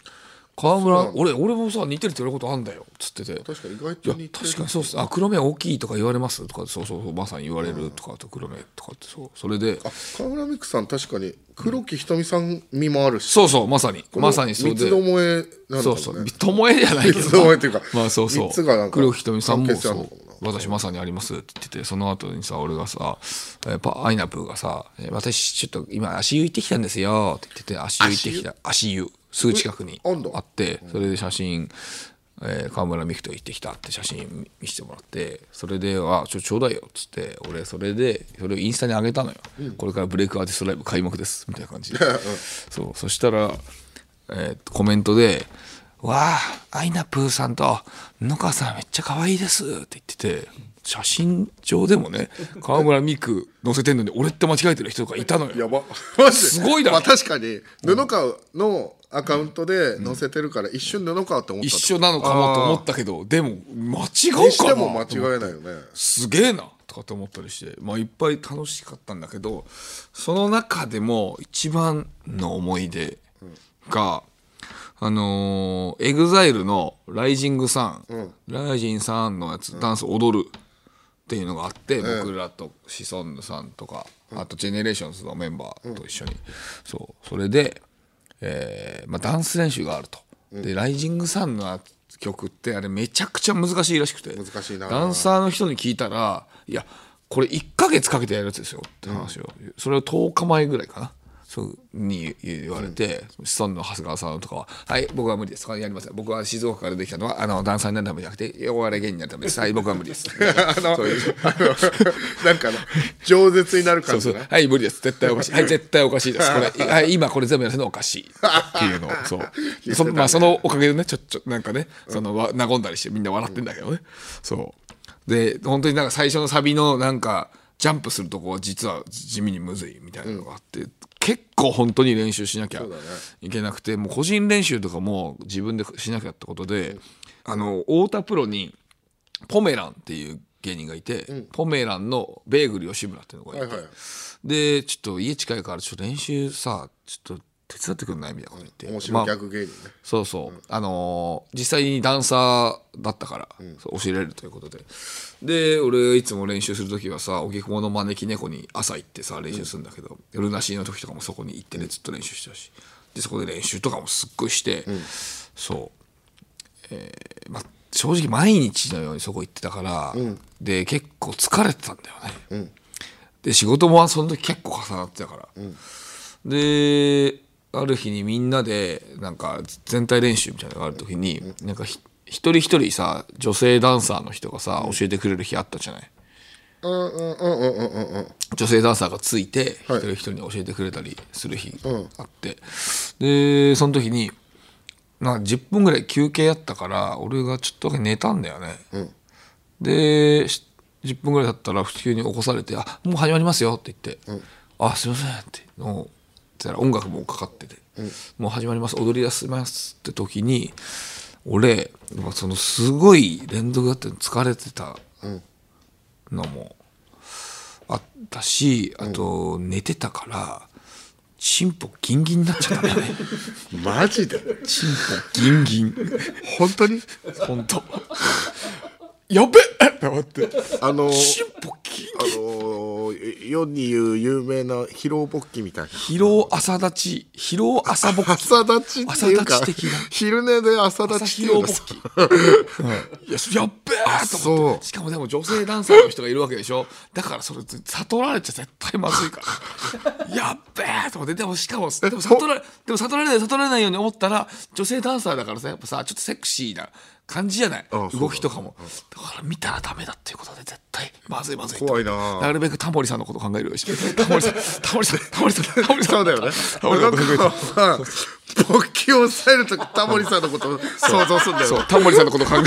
Speaker 3: 川村俺俺もさ似てるって言われることあるんだよっつってて
Speaker 2: 確かに意外
Speaker 3: い
Speaker 2: と
Speaker 3: や
Speaker 2: 似てる
Speaker 3: 確かにそうっすあ黒目大きいとか言われますとかそうそうそうまさに言われるとかと黒目とかってそうそれで
Speaker 2: あ川村美空さん確かに黒木瞳さん身もあるし
Speaker 3: そうそうまさにまさにそ
Speaker 2: 三
Speaker 3: うで
Speaker 2: つどもえなんだろね
Speaker 3: そうそう巴じゃないけど
Speaker 2: (laughs) 三つ巴っていうか
Speaker 3: まあそうそう
Speaker 2: 三つがなんか
Speaker 3: 黒木瞳さんも
Speaker 2: 関係性
Speaker 3: そ
Speaker 2: あるの
Speaker 3: う
Speaker 2: かな
Speaker 3: 私まさにありますって言っててその後にさ俺がさえーパアイナプーがさえー私ちょっと今足湯行ってきたんですよって言ってて足湯行ってきた足湯すぐ近くに
Speaker 2: えあんだ
Speaker 3: あってそれで写真えー川村美空と行ってきたって写真見せてもらってそれで「あちょちょうだいよ」っつって俺それでそれをインスタに上げたのよ、これからブレイクアーティストライブ開幕ですみたいな感
Speaker 2: (laughs)
Speaker 3: じで、そうそしたら、えーコメントで「わあアイナプーさんと野川さんめっちゃ可愛いです」って言ってて写真上でもね川村美空載せてんのに俺って間違えてる人とかいたのよ。
Speaker 2: やばマジです
Speaker 3: ごいだ
Speaker 2: ま
Speaker 3: ろ
Speaker 2: あ、確かに布川のアカウントで載せてるから一瞬布川って思った
Speaker 3: 一緒なのかもと思ったけどでも間違
Speaker 2: に
Speaker 3: う
Speaker 2: し
Speaker 3: か
Speaker 2: ても間
Speaker 3: な
Speaker 2: 違えないよね
Speaker 3: すげえなとかって思ったりして、まあ、いっぱい楽しかったんだけどその中でも一番の思い出が、あのー、エグザイルの「ライジングさん、ライジンさんのやつ、ダンス踊るっていうのがあって、僕らとシソンヌさんとか、あとジェネレーションズのメンバーと一緒に、そうそれで、えーまあ、ダンス練習があると。で「ライジングさんの曲ってあれめちゃくちゃ難しいらしくて
Speaker 2: 難しいな
Speaker 3: ダンサーの人に聞いたら「いやこれ1ヶ月かけてやるやつですよ」って話を、それを10日前ぐらいかなそうに言われて、シソンの長谷川さんとかは「はい僕は無理です」とかやりません僕は静岡からできたのはあのダンサーになるためじゃなくてお笑い芸人になるためですはい僕は無理ですそう (laughs) いう
Speaker 2: なんかな饒舌になる感
Speaker 3: そ
Speaker 2: じ
Speaker 3: うそう
Speaker 2: ね
Speaker 3: はい無理です絶対おか (laughs) しいはい絶対おかしいですこれいはい今これ全部やるのおかしいっていうの (laughs) をそうそ,、まあ、そのおかげでねちょちょなんかねそのわ和んだりしてみんな笑ってんだけどね、そうで本当になんか最初のサビのなんかジャンプするとこは実は地味にむずいみたいなのがあって、結構本当に練習しなきゃいけなくてもう個人練習とかも自分でしなきゃってことで、あの太田プロにポメランっていう芸人がいて、ポメランのベーグル吉村っていうのがいて、
Speaker 2: はいはい
Speaker 3: でちょっと家近いからちょっと練習さちょっと手伝ってくんないみたいなこと言って、
Speaker 2: 面白い
Speaker 3: まあ
Speaker 2: 逆芸人ね、
Speaker 3: そうそう、あのー実際にダンサーだったから、そう教えられるということでで俺いつも練習する時はさ荻窪の招き猫に朝行ってさ練習するんだけど、夜なしの時とかもそこに行ってねずっと練習してたしでそこで練習とかもすっごいして、そうまあ、正直毎日のようにそこ行ってたから、で結構疲れてたんだよね、で仕事もその時結構重なってたから、である日にみんなでなんか全体練習みたいなのがある時に、なんかひ一人一人さ女性ダンサーの人がさ教えてくれる日あったじゃない女性ダンサーがついて一人一人に教えてくれたりする日あって、でその時になんか10分ぐらい休憩やったから俺がちょっとだけ寝たんだよね、でし10分ぐらい経ったら普通に起こされて「あもう始まりますよ」って言って「あすいません」ってもうそしたら音楽もかかってて「もう始まります踊り出します」って時に俺まあそのすごい連続だって疲れてたのもあったしあと寝てたから。チンポギンギンになっちゃったんだよね。
Speaker 2: マジで
Speaker 3: (laughs) チンポギンギン。
Speaker 2: 本当に
Speaker 3: 本当。やべえって思って。
Speaker 2: あの
Speaker 3: チ
Speaker 2: ー
Speaker 3: ンポギンギン
Speaker 2: あのー世に言う有名な疲労勃起みたいな
Speaker 3: 疲労朝立ち、疲労朝ぼっき。
Speaker 2: 朝立ちっていうか
Speaker 3: 朝立ち的な
Speaker 2: 昼寝で朝立ちっていうの
Speaker 3: 朝
Speaker 2: さ
Speaker 3: いや、そやっべえと
Speaker 2: そ
Speaker 3: 思っ
Speaker 2: う
Speaker 3: て。しかもでも女性ダンサーの人がいるわけでしょ。だからそれ悟られちゃ絶対まずい
Speaker 2: (laughs)
Speaker 3: から。やっべえと思って、でもしかも、でも悟られ、でも悟られない、悟られないように思ったら、女性ダンサーだからさ、やっぱさ、ちょっとセクシーな感じじゃない
Speaker 2: あそうだ
Speaker 3: 動きとかもだから見たらダメだっていうことで絶対まずいまずいと
Speaker 2: 怖いな
Speaker 3: なるべくタモリさんのこと考えるようにしてタモリさんタモリさんタモリさんタモリさ
Speaker 2: そ
Speaker 3: ん
Speaker 2: うだよね
Speaker 3: タモリさ
Speaker 2: 長
Speaker 3: んのこと考えて
Speaker 2: 川は勃起を抑えるときタモリさんのことを想像するんだよ
Speaker 3: そ
Speaker 2: ね
Speaker 3: うタモリさんのこと考え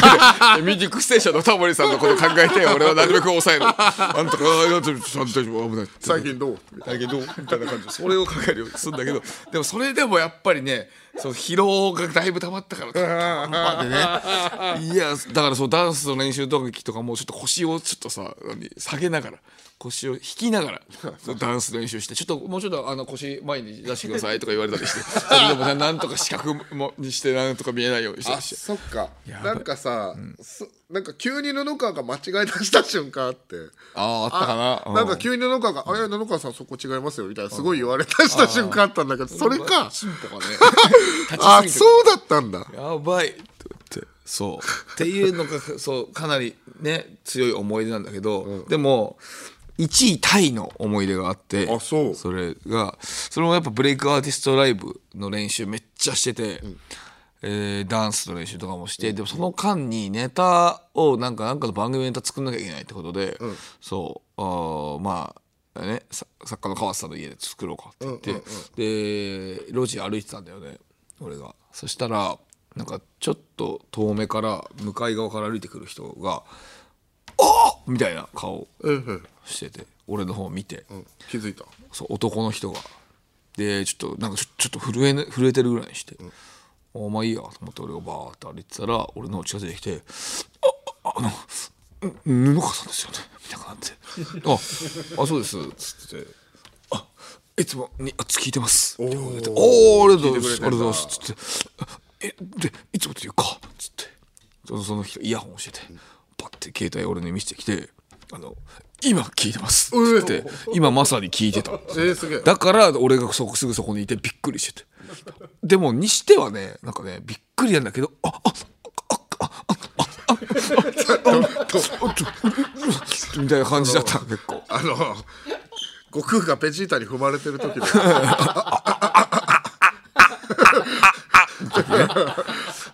Speaker 3: てミュージックステーションのタモリさんのこと考えて俺はなるべく抑えるあんたかあーちょっとちょっとちょっと危ない
Speaker 2: 最近どう
Speaker 3: だけどみたいな感じでそれを考えるようにするんだけどでもそれでもやっぱりねその疲労がだいぶ溜まったからたまでねいやだからそのダンスの練習とかとかもちょっと腰をちょっとさ何下げながら腰を引きながらそのダンス練習してちょっともうちょっとあの腰前に出してくださいとか言われたりしてそれでもななんとか四角もにしてなんとか見えないようにして
Speaker 2: あそっかなんかさ、そなんか急に布川が間違い出した瞬間あって
Speaker 3: あーあったかなうん
Speaker 2: なんか急に布川が「あいや布川さんそこ違いますよ」みたいなすごい言われ出した瞬間あったんだけどそれか
Speaker 3: 進歩 (laughs) がね
Speaker 2: あそうだったんだ
Speaker 3: やばいって言ってそうっていうのがそうかなりね強い思い出なんだけど、でも1位タイの思い出があって
Speaker 2: あそう
Speaker 3: それがそれもやっぱブレイクアーティストライブの練習めっちゃしてて、えーダンスの練習とかもして、でもその間にネタをなんかなんかの番組ネタ作んなきゃいけないってことで、そうあーまあねさ作家の川瀬さんの家で作ろうかって言って、で路地歩いてたんだよね俺がそしたらなんかちょっと遠目から向かい側から歩いてくる人が「あっ!」みたいな顔してて俺の方を見て、
Speaker 2: 気づいた
Speaker 3: そう男の人がでちょっとなんかちょちょっと震え,、震えてるぐらいにして、おまあいいやと思って俺がバーって歩いてたら俺の近づいてきて「あああのん布川さんですよね」みたいな感じで「ああそうです」つってて「あいつもにあ聞いてます」おおーありがとうございますありがとうございます」つって「えでいつもというか」つってそのその人イヤホンをしててパッて携帯俺に見せてきて「あの今聞いてます」つって「今まさに聞いてた」
Speaker 2: えー、すげえ
Speaker 3: だから俺がそすぐそこにいてびっくりしててでもにしてはねなんかねびっくりなんだけどああああああああああみたいな感じだった結構
Speaker 2: あの悟空がベジータに踏まれてる
Speaker 3: (laughs)
Speaker 2: 時で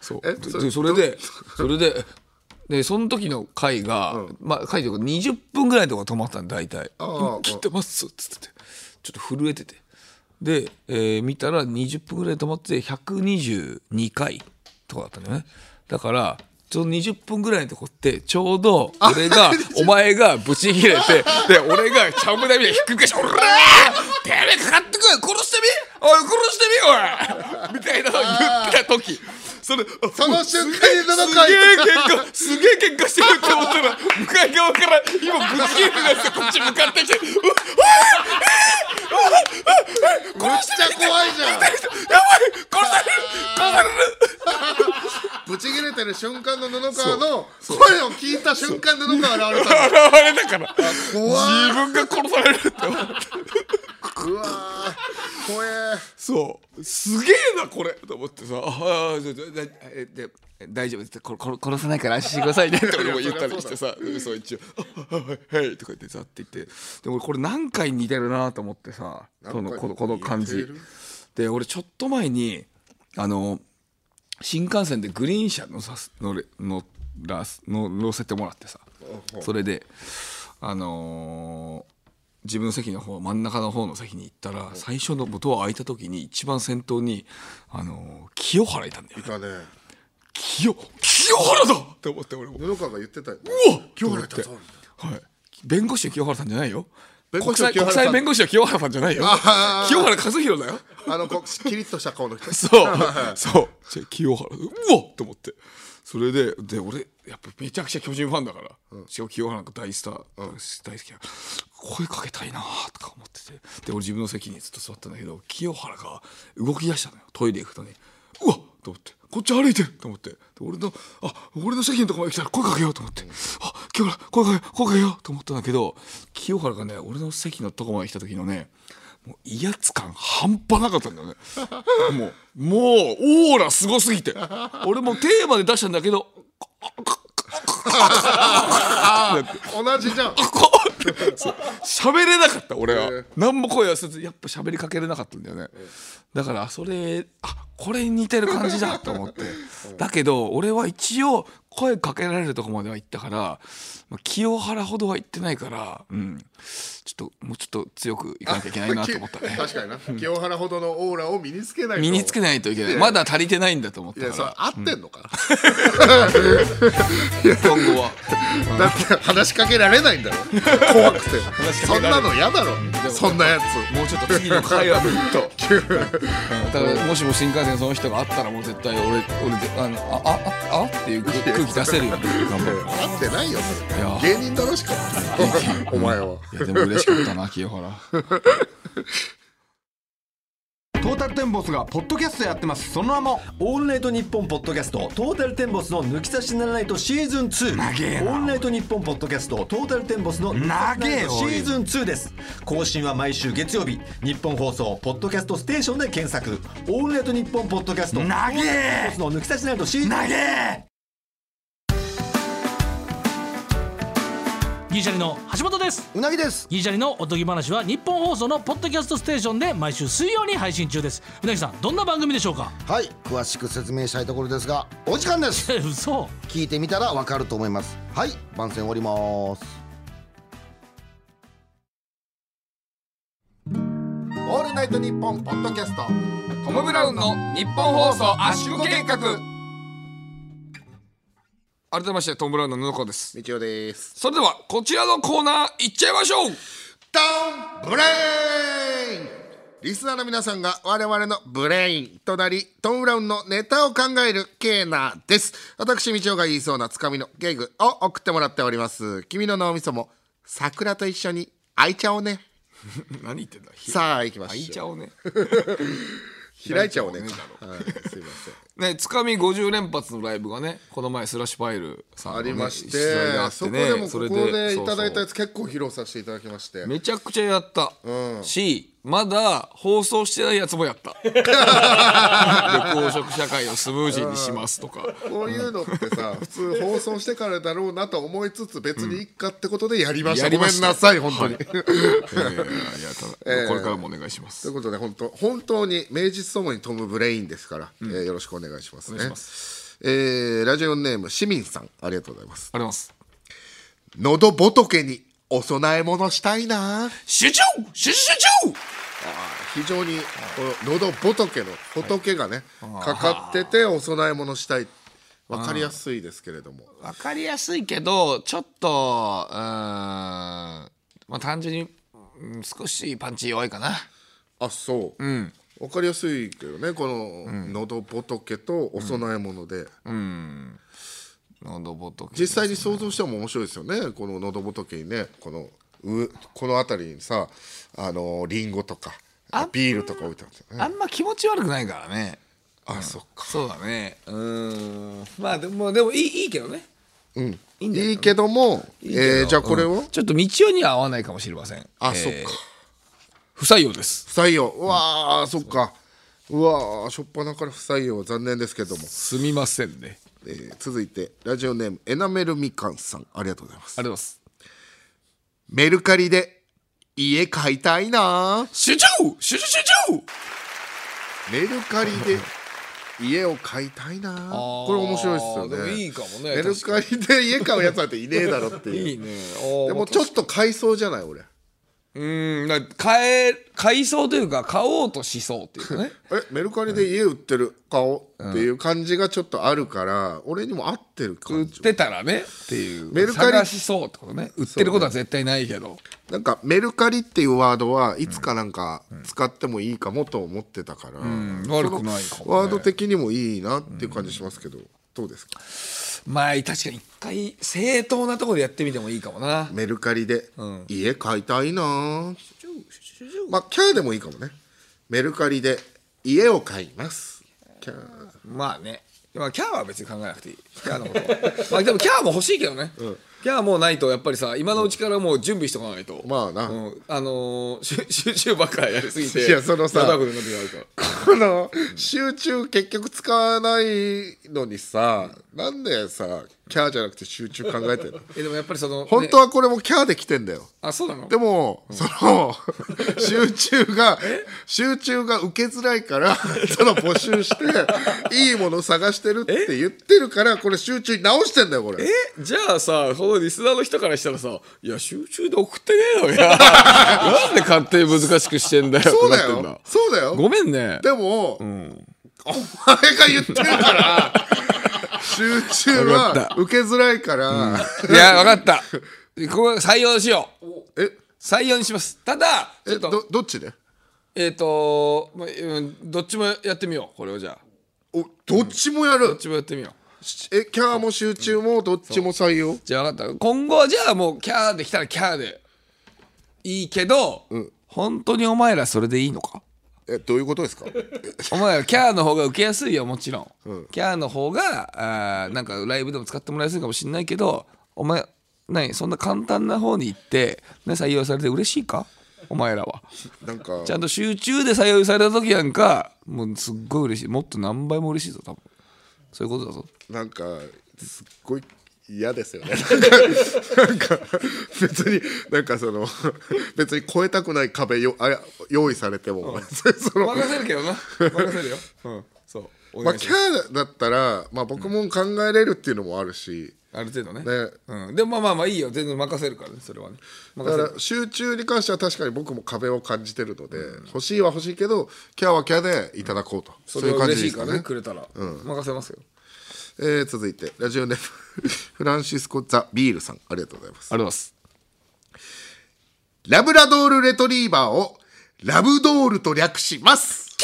Speaker 3: そう (laughs)
Speaker 2: え
Speaker 3: で
Speaker 2: そ
Speaker 3: でそれでそれででその時の回が、まあ回というか20分ぐらいのとか止まったんで大体「
Speaker 2: あ
Speaker 3: 今切ってます」っつっててちょっと震えててで、えー見たら20分ぐらいで止まって122回とかだったんだよねだからその20分ぐらいのとこってちょうど
Speaker 2: (laughs)
Speaker 3: 俺がお前がブチ切れてで俺がちゃぶ台みたいにひっくり返して「おらーてめえかかってこい殺してみおい殺してみおい!」みたいなのを言ってた時それ
Speaker 2: その瞬間に布
Speaker 3: すげえ
Speaker 2: 川
Speaker 3: 喧嘩すげえ喧嘩してるって思ったら向かい側から今ぶつけるやつがこっち向かってきて「うわ
Speaker 2: めっちゃ怖いじゃん
Speaker 3: やばい殺される殺される!」
Speaker 2: ブチ切れてる瞬間の布川の声を聞いた瞬間布川現れた
Speaker 3: (laughs) 現れたから
Speaker 2: 怖い
Speaker 3: 自分が殺されるって思って
Speaker 2: うわー怖え
Speaker 3: そうすげえなこれと思ってさ「ああじゃあじゃあじゃあえで大丈夫ですここ殺さないから安心してくださいね」って俺も言ったりしてさ (laughs) そう一応「あはいはい」とか言ってさって言ってでも俺これ何回似てるなと思ってさこのこのこの感じで俺ちょっと前にあの新幹線でグリーン車乗さす乗れ乗らす乗乗せてもらってさそれであのー自分の席の方真ん中の方の席に行ったら最初のドア開いた時に一番先頭に、あのー清原いたんだよね
Speaker 2: だね
Speaker 3: 清清原だって思って俺も
Speaker 2: 布川が言ってたよ
Speaker 3: うわ
Speaker 2: 清原いたぞ
Speaker 3: と思ってはい弁護士の清原さんじゃないよ
Speaker 2: 弁護
Speaker 3: 国
Speaker 2: 士の
Speaker 3: 際
Speaker 2: 清原
Speaker 3: 国
Speaker 2: さん
Speaker 3: 際弁護士の清原さんじゃないよ
Speaker 2: あー
Speaker 3: 清原和博だよ
Speaker 2: あのこキリッとした顔の人
Speaker 3: そう (laughs) そうじゃあ清原うわっと思ってそれでで俺やっぱめちゃくちゃ巨人ファンだから、しかも清原なんか大スター、大好きや声かけたいなとか思っててで俺自分の席にずっと座ったんだけど清原が動き出したのよトイレ行くとにうわっと思ってこっち歩いてると思ってで俺のあ俺の席のとこまで来たら声かけようと思って、あ清原声かけよう声かけようと思ったんだけど清原がね俺の席のとこまで来た時のねもう威圧感半端なかったんだよね (laughs) もうもうオーラすごすぎて俺もうテーマで出したんだけど
Speaker 2: 同じじゃん
Speaker 3: こ喋れなかった俺
Speaker 2: ええ
Speaker 3: は何も声を寄せずやっぱ喋りかけれなかったんだよねだからあそれあこれに似てる感じだと思ってだけど俺は一応声かけられるとこまでは行ったからまあ清原ほどは行ってないからうんちょっともうちょっと強くいかなきゃいけないなと思ったね
Speaker 2: 確かにな清原ほどのオーラを身につけないと
Speaker 3: 身につけないといけないまだ足りてないんだと思っ
Speaker 2: い
Speaker 3: た
Speaker 2: やそれ
Speaker 3: か
Speaker 2: 合ってんのか、
Speaker 3: ら今後は
Speaker 2: だって話しかけられないんだろ怖くて
Speaker 3: しか
Speaker 2: そ
Speaker 3: け
Speaker 2: ん
Speaker 3: られな
Speaker 2: ないの嫌だろそんなやつ
Speaker 3: もうちょっと次の会話にと。うん (laughs) だからもしも新幹線その人があったらもう絶対俺俺であのああああっていう空空気出せるように頑張るか
Speaker 2: 合ってないよそれ
Speaker 3: いや
Speaker 2: 芸人だろしかもお前は
Speaker 3: ら。いやでも嬉しかったな清原。
Speaker 8: (laughs) トータルテンボスがポッドキャストやってますその名も
Speaker 9: オールナイトニッポンポッドキャストトータルテンボスの抜き差しならないとシーズン2
Speaker 8: 長えな
Speaker 9: オールナイトニッポンポッドキャストトータルテンボスの
Speaker 8: 長えよ
Speaker 9: シーズン2です更新は毎週月曜日日本放送ポッドキャストステーションで検索オールナイトニッポンポッドキャスト
Speaker 8: 長え
Speaker 9: トータルテンボスの抜き差しならないとシーズン
Speaker 8: 投げ
Speaker 10: ギリシャリの橋本です
Speaker 8: うなぎです
Speaker 10: ギリシャリのおとぎ話は日本放送のポッドキャストステーションで毎週水曜に配信中ですうなぎさんどんな番組でしょうか
Speaker 11: はい詳しく説明したいところですがお時間です
Speaker 10: え (laughs) 嘘
Speaker 11: 聞いてみたらわかると思いますはい番宣終わります
Speaker 2: 「オールナイトニッポン」ポッドキャスト
Speaker 7: トム・ブラウンの日本放送圧縮計画改めましてトム・ブラウンの布川です
Speaker 2: みちおです
Speaker 7: それではこちらのコーナーいっちゃいましょう
Speaker 2: ダウンブレインリスナーの皆さんが我々のブレインとなりトム・ブラウンのネタを考えるケーナーです私みちおが言いそうなつかみのゲグを送ってもらっております君の脳みそも桜と一緒に開いちゃおうね
Speaker 7: 何言ってんだひ
Speaker 2: さあ行きましょう
Speaker 7: 開いちゃおうね
Speaker 2: 開いちゃおうね
Speaker 7: 開いちゃお
Speaker 2: はいすいません
Speaker 7: ねつかみ50連発のライブがねこの前スラッシュファイルさんの
Speaker 2: あ
Speaker 7: ね
Speaker 2: りまして
Speaker 7: 出題があって
Speaker 2: そ
Speaker 7: ね
Speaker 2: こでもこ
Speaker 7: それ
Speaker 2: こでいただいた
Speaker 7: そう
Speaker 2: やつ結構披露させていただきまして
Speaker 7: そうめちゃくちゃやった、しまだ放送してないやつもやった
Speaker 2: (laughs)
Speaker 7: 緑黄色社会をスムージーにしますとか
Speaker 2: こういうのってさ普通放送してからだろうなと思いつつ別にいっかってことでやりました
Speaker 7: やり
Speaker 2: ご
Speaker 7: ま
Speaker 2: めん
Speaker 7: した
Speaker 2: なさい本当に
Speaker 7: いやいやいやいやただこれからもお願いしま
Speaker 2: とい
Speaker 7: す
Speaker 2: う。ことで本当本当に名実ともにトム・ブレインですから、えーよろしくお願いしますねえーラジオネーム市民さんありがとうございます
Speaker 7: あります。
Speaker 2: 喉仏にお供え物したいな
Speaker 7: 主張主主張
Speaker 2: 非常にこの喉仏の仏がね、かかっててお供え物したいわかりやすいですけれども
Speaker 7: わかりやすいけどちょっとうーんまあ単純にうん少しパンチ弱いかな。
Speaker 2: あそう、わかりやすいけどねこの喉仏とお供え物で、
Speaker 7: 喉仏
Speaker 2: 実際に想像しても面白いですよねこの喉仏にねこのうこの辺りにさあのリンゴとかビールとか置いてあるんですよね
Speaker 7: あんま気持ち悪くないからね。
Speaker 2: あそっか
Speaker 7: そうだね。うーんまあでもでもいいいいけどね。
Speaker 2: いい,、けどもえーじゃあこれを、
Speaker 7: ちょっと道をには合わないかもしれません。
Speaker 2: あ、
Speaker 7: えー
Speaker 2: そっか
Speaker 7: 不採用です。
Speaker 2: 不採用うわーそっかうわーしょっぱなから不採用残念ですけども、
Speaker 7: すみませんね。
Speaker 2: えー続いてラジオネームエナメルみかんさんありがとうございます
Speaker 7: ありがとうございます。
Speaker 2: メルカリで家買いたいな
Speaker 7: 主張主主主張
Speaker 2: メルカリで家を買いたいなこれ面白いですよ
Speaker 7: でも
Speaker 2: ね
Speaker 7: いいかもね
Speaker 2: メルカリで家買うやつ
Speaker 7: (laughs)
Speaker 2: なんていねえだろっていう
Speaker 7: いいね。
Speaker 2: でもちょっと買いそうじゃない俺
Speaker 7: うん、な買え、買いそうというか、買おうとしそうっていうか
Speaker 2: (laughs)
Speaker 7: ね。
Speaker 2: えメルカリで家売ってる買おうっていう感じがちょっとあるから俺にも合ってる
Speaker 7: 売っ
Speaker 2: 感じ
Speaker 7: てたらねっていう。
Speaker 2: メルカリ
Speaker 7: 探しそうってことね。売ってることは絶対ないけど。
Speaker 2: なんかメルカリっていうワードはいつかなんか使ってもいいかもと思ってたから、
Speaker 7: うん悪くないかもね
Speaker 2: ワード的にもいいなっていう感じしますけど、どうですか
Speaker 7: まあ、確かに一回、正当なところでやってみてもいいかもな。
Speaker 2: メルカリで家買いたいな、まあキャーでもいいかもねメルカリで家を買い
Speaker 3: (laughs)
Speaker 2: ますキャー
Speaker 7: まあね。まあ、キャーは別に考えなくていい。キャーのこと。まあ、でもキャーも欲しいけどね。キャーもうないと、やっぱりさ、今のうちからもう準備しとかないと。
Speaker 2: まあな
Speaker 7: うんあのー、集
Speaker 3: (laughs)
Speaker 7: 集中ばっかやりすぎて。
Speaker 2: いやそのさ
Speaker 7: ダブルになってやるから。
Speaker 2: この集中結局使わないのにさなんでさキャーじゃなくて集中考えて
Speaker 3: (laughs)
Speaker 2: る
Speaker 3: えでもやっぱりその
Speaker 2: 本当はこれもキャーで来てんだよ
Speaker 3: あそうなの
Speaker 2: でも、その (laughs) 集中が集中が受けづらいから (laughs) その募集
Speaker 3: (laughs)
Speaker 2: していいもの探してるって言ってるからこれ集中に直してんだよこれ
Speaker 3: えじゃあさこのリスナーの人からしたらさ「いや集中で送ってねえのよ」 (laughs) なんで勝手に難しくしてんだよ
Speaker 2: そうだ
Speaker 3: ってなってん
Speaker 2: よそうだよ
Speaker 3: ごめんね
Speaker 2: でも、お前が言ってるから集中
Speaker 3: わかっ
Speaker 2: は
Speaker 3: た
Speaker 2: 受けづらいから、
Speaker 3: いや分かったここは採用しよう
Speaker 2: え
Speaker 3: 採用にしますただえっとど
Speaker 2: どっちで
Speaker 3: えっ、と、まあうんどっちもやってみようこれをじゃあ
Speaker 2: どっちもやる、どっ
Speaker 3: ちもやってみよう
Speaker 2: えキャーも集中もどっちも採用
Speaker 3: じゃあ分かった今後はじゃあもうキャーできたらキャーでいいけど、本当にお前らそれでいいのか
Speaker 2: えどういうことですか
Speaker 3: お前らキャーの方が受けやすいよもちろん、キャーの方があーなんかライブでも使ってもらいやすいかもしれないけどお前何そんな簡単な方に行って、ね、採用されて嬉しいかお前らは
Speaker 2: なんか
Speaker 3: ちゃんと集中で採用された時なんかもうすっごい嬉しいもっと何倍も嬉しいぞ多分そういうことだぞ
Speaker 2: なんかすっごい嫌ですよねなんか別になんかその別に超えたくない壁よあ用意されても、 (laughs) その
Speaker 3: (laughs) 任せるけどな任せるよ、うん、そうお
Speaker 2: ま
Speaker 3: 願
Speaker 2: あ、
Speaker 3: いし
Speaker 2: キ
Speaker 3: ます
Speaker 2: ャーだったら、まあ、僕も考えれるっていうのもあるし、
Speaker 3: ある程度ね
Speaker 2: ね
Speaker 3: うん、でもまあまあまあいいよ全然任せるからねそれはね
Speaker 2: だ
Speaker 3: 任せ
Speaker 2: か
Speaker 3: る
Speaker 2: ら集中に関しては確かに僕も壁を感じてるので、欲しいは欲しいけどキャーはキャーでいただこうと、そ
Speaker 3: そ
Speaker 2: う
Speaker 3: れ
Speaker 2: いう感
Speaker 3: は嬉
Speaker 2: じ
Speaker 3: し
Speaker 2: ですか
Speaker 3: いか
Speaker 2: らね
Speaker 3: ねくれたら、
Speaker 2: うん
Speaker 3: 任せますよ
Speaker 2: えー続いてラジオネーム (laughs) フランシスコ・ザ・ビールさんありがとうございます
Speaker 3: ありがとうございます
Speaker 2: ラブラドール・レトリーバーをラブドールと略します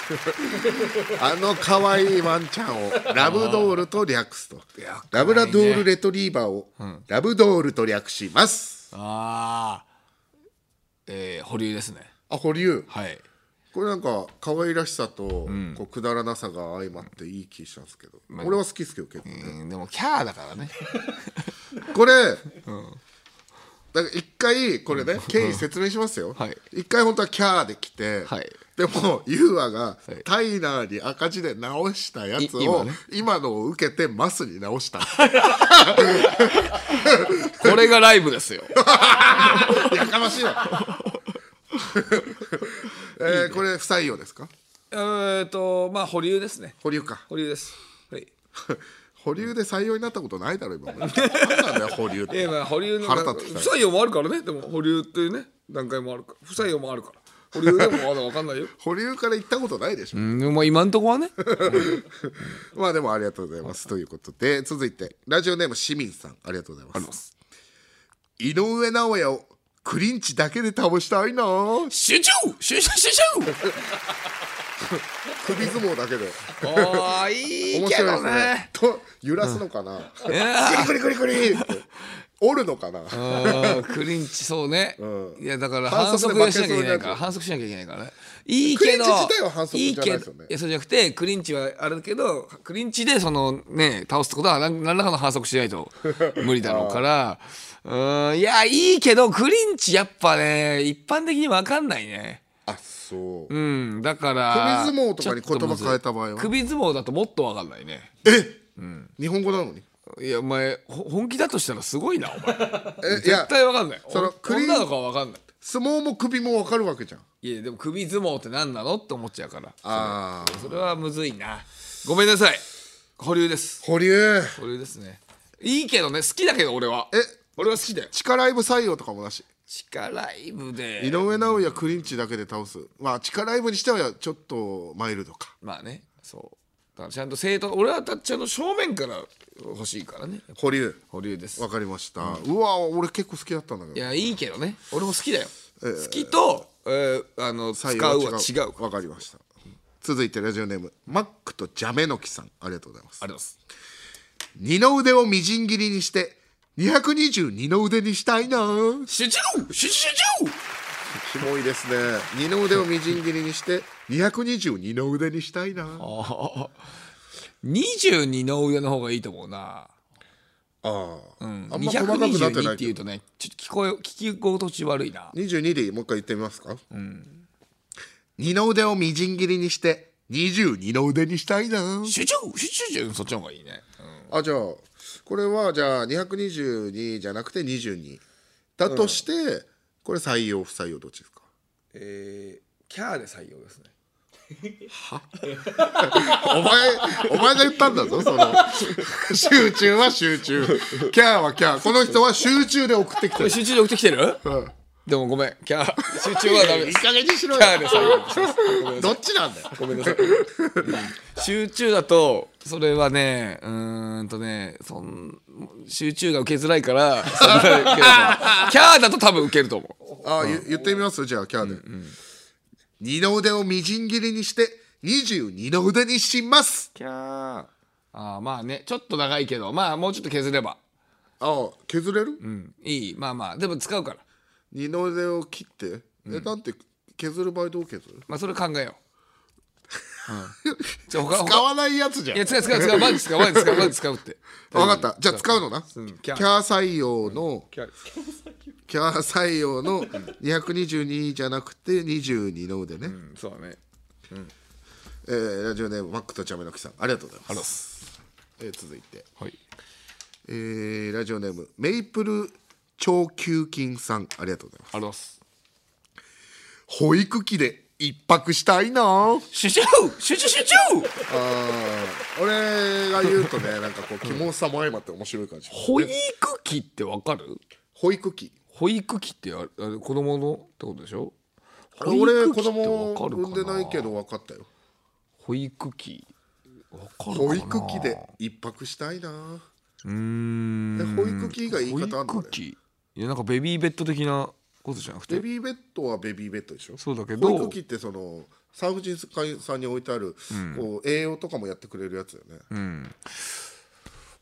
Speaker 3: (laughs)
Speaker 2: あの可愛いワンちゃんをラブドールと略すとラブラドール・レトリーバーをラブドールと略します、
Speaker 3: ああえー、保留ですね
Speaker 2: あ保留
Speaker 3: はい
Speaker 2: これなんか可愛らしさと、こうくだらなさが相まっていい気したんですけど、
Speaker 3: まあ
Speaker 2: 俺は好きですけど結構ね、
Speaker 3: でもキャーだからね
Speaker 2: こ
Speaker 3: (laughs)
Speaker 2: れ、だから一回これね経緯説明しますよ、一回本当はキャーで来て、でもユーアがタイナーに赤字で直したやつを
Speaker 3: い今
Speaker 2: 今,、
Speaker 3: ね
Speaker 2: のを受けてマスに直
Speaker 3: (laughs)
Speaker 2: した
Speaker 3: (laughs) これがライブですよ
Speaker 2: やかましいわ (laughs) えーこれ不採用ですか
Speaker 3: (laughs) えーっとまあ保留ですね
Speaker 2: 保留か
Speaker 3: 保留ですはい
Speaker 2: (laughs) 保留で採用になったことないだろ今
Speaker 3: (laughs)
Speaker 2: まで何なんだよ保留って
Speaker 3: えまあ保留の
Speaker 2: 腹立ってき
Speaker 3: 不
Speaker 2: た
Speaker 3: 採用もあるからねでも保留っていうね段階もあるから不採用もあるから保留でもまだ分かんないよ
Speaker 2: 保留から行ったことないでしょ
Speaker 3: (laughs) うんまあ今んとこはね
Speaker 2: まあでもありがとうございます。ということで、続いて、ラジオネーム市民さん、ありがとうございます。井上尚弥をクリンチだけで倒したいなぁ
Speaker 3: 集中集中集中 (laughs)
Speaker 2: 首相撲だけで。
Speaker 3: おーいい
Speaker 2: 面
Speaker 3: け
Speaker 2: 白いで
Speaker 3: ど
Speaker 2: す
Speaker 3: ね
Speaker 2: ね。と、揺らすのかな、
Speaker 3: いやー
Speaker 2: クリクリクリクリって。折るのかな
Speaker 3: あークリンチそうね、いやだから反
Speaker 2: 反
Speaker 3: 則
Speaker 2: 則
Speaker 3: は
Speaker 2: で
Speaker 3: し
Speaker 2: 負けそになる
Speaker 3: なきゃいうけないから反則しなきゃいけないからねいいけ
Speaker 2: クリン
Speaker 3: ど
Speaker 2: チ自体は反則じゃないですよね
Speaker 3: けどいやそうじゃなくてクリンチはあれだけどクリンチでそのね倒すってことは何何らかの反則しない
Speaker 2: (laughs)
Speaker 3: と無理だろうからうーんいやいいけどクリンチやっぱね一般的に分かんないね
Speaker 2: あ、そう。
Speaker 3: うんだから
Speaker 2: 首相撲とかに言葉変えた場合は
Speaker 3: ちょっとむずい首相撲だともっと分かんないね
Speaker 2: 日本語なのに。
Speaker 3: いやお前ほ本気だとしたらすごいなお前
Speaker 2: (laughs) いや
Speaker 3: 絶対分かんない
Speaker 2: そのクリン
Speaker 3: 女の子は分かんない
Speaker 2: 相撲も首もわかるわけじゃん。
Speaker 3: いやでも首相撲って何なのって思っちゃうから
Speaker 2: あ
Speaker 3: それはむずいなごめんなさい保留です
Speaker 2: 保留。
Speaker 3: 保留ですねいいけどね好きだけど俺はえ俺は好きだよ
Speaker 2: 地下ライブ採用とかもなし。
Speaker 3: 地下ライブで
Speaker 2: 井上尚弥クリンチだけで倒す。まあ、地下ライブにしてはちょっとマイルドか。
Speaker 3: まあねそうだからちゃんと正当俺はたちゃんと正面から欲しいからね
Speaker 2: 保留。
Speaker 3: 保留です
Speaker 2: わかりました。うわ、俺結構好きだったんだけど
Speaker 3: い。やいいけどね俺も好きだよ、好きと、えーあの使
Speaker 2: 採
Speaker 3: う
Speaker 2: 用
Speaker 3: は違う
Speaker 2: わかりました続いてラジオネームマックとジャメノキさんありがとうございます
Speaker 3: ありがとうございます
Speaker 2: 二の腕をみじん切りにして222の腕にしたいな
Speaker 3: 集中集中
Speaker 2: キモいですね二の腕をみじん切りにして222の腕にしたいな
Speaker 3: あ22の上の方がいいと思うな
Speaker 2: ああ
Speaker 3: うん
Speaker 2: あんま細かくなってないけど
Speaker 3: 222っていうとねちょっと聞こえ聞き心地悪いな
Speaker 2: 22でもう一回言ってみますか、二の腕をみじん切りにして22の腕にしたいな
Speaker 3: 集中集中そっちの方がいいね
Speaker 2: あじゃあこれはじゃあ222じゃなくて22だとして、これ採用不採用どっちですか
Speaker 3: えー、キャーで採用ですね
Speaker 2: はお前お前が言ったんだぞその集中は集中キャーはキャーこの人は集中で送ってきてる
Speaker 3: 集中で送ってきてる、でもごめんキャー (laughs) 集中はダメです
Speaker 2: いい加減にしろよ
Speaker 3: キャーで採用ですごめんなさい
Speaker 2: どっちなんだよ
Speaker 3: ごめんなさい集中だとそれはねうーんとねそん集中が受けづらいからそんな受けない (laughs) キャーだと多分受けると思う
Speaker 2: あ、ゆ言ってみますじゃあキャーで、二の腕をみじん切りにして22の腕にします
Speaker 3: キャーあーまあねちょっと長いけどまあもうちょっと削れば
Speaker 2: あ削れる、
Speaker 3: うんいいまあまあでも使うから
Speaker 2: 二の腕を切って、えだって削る場合どう削る
Speaker 3: まあそれ考えよう、うん、じゃあ他
Speaker 2: 使わないやつじゃん
Speaker 3: いや使う使う使うマジ使うマジ使うマジ使うって
Speaker 2: 分かったじゃあ使うのな、
Speaker 3: うん
Speaker 2: キ
Speaker 3: キ
Speaker 2: ャ
Speaker 3: ャ
Speaker 2: ー
Speaker 3: ー
Speaker 2: 採用の
Speaker 3: キャー
Speaker 2: キャー採用の222じゃなくて22の腕ね、
Speaker 3: うんそうだね
Speaker 2: えーラジオネームマックとチャメの木さんありがとうございますえー続いて、
Speaker 3: はい
Speaker 2: えーラジオネームメイプル超球菌さんありがとうございます
Speaker 3: ありがとうございます
Speaker 2: 保育器で一泊したいな
Speaker 3: 集中集中集中
Speaker 2: 俺が言うとねなんかこうキモさも相まって面白い感じ
Speaker 3: 保育器ってわかる
Speaker 2: 保育器
Speaker 3: 保育器ってあれあれ子供のってことでしょ
Speaker 2: あれ俺子
Speaker 3: って
Speaker 2: 供
Speaker 3: わかる
Speaker 2: 産んで
Speaker 3: かな
Speaker 2: ないけど分かったよ
Speaker 3: 保育器わかるかな
Speaker 2: 保育器で一泊したいな
Speaker 3: うーん
Speaker 2: え保育器が言い方あんの
Speaker 3: 保育器いやなんかベビーベッド的なことじゃなく
Speaker 2: ベ
Speaker 3: て
Speaker 2: ビーベッドはベビーベッドでしょ
Speaker 3: そうだけど
Speaker 2: 保育器ってその産婦人科さんに置いてある、こう栄養とかもやってくれるやつだよね、
Speaker 3: うん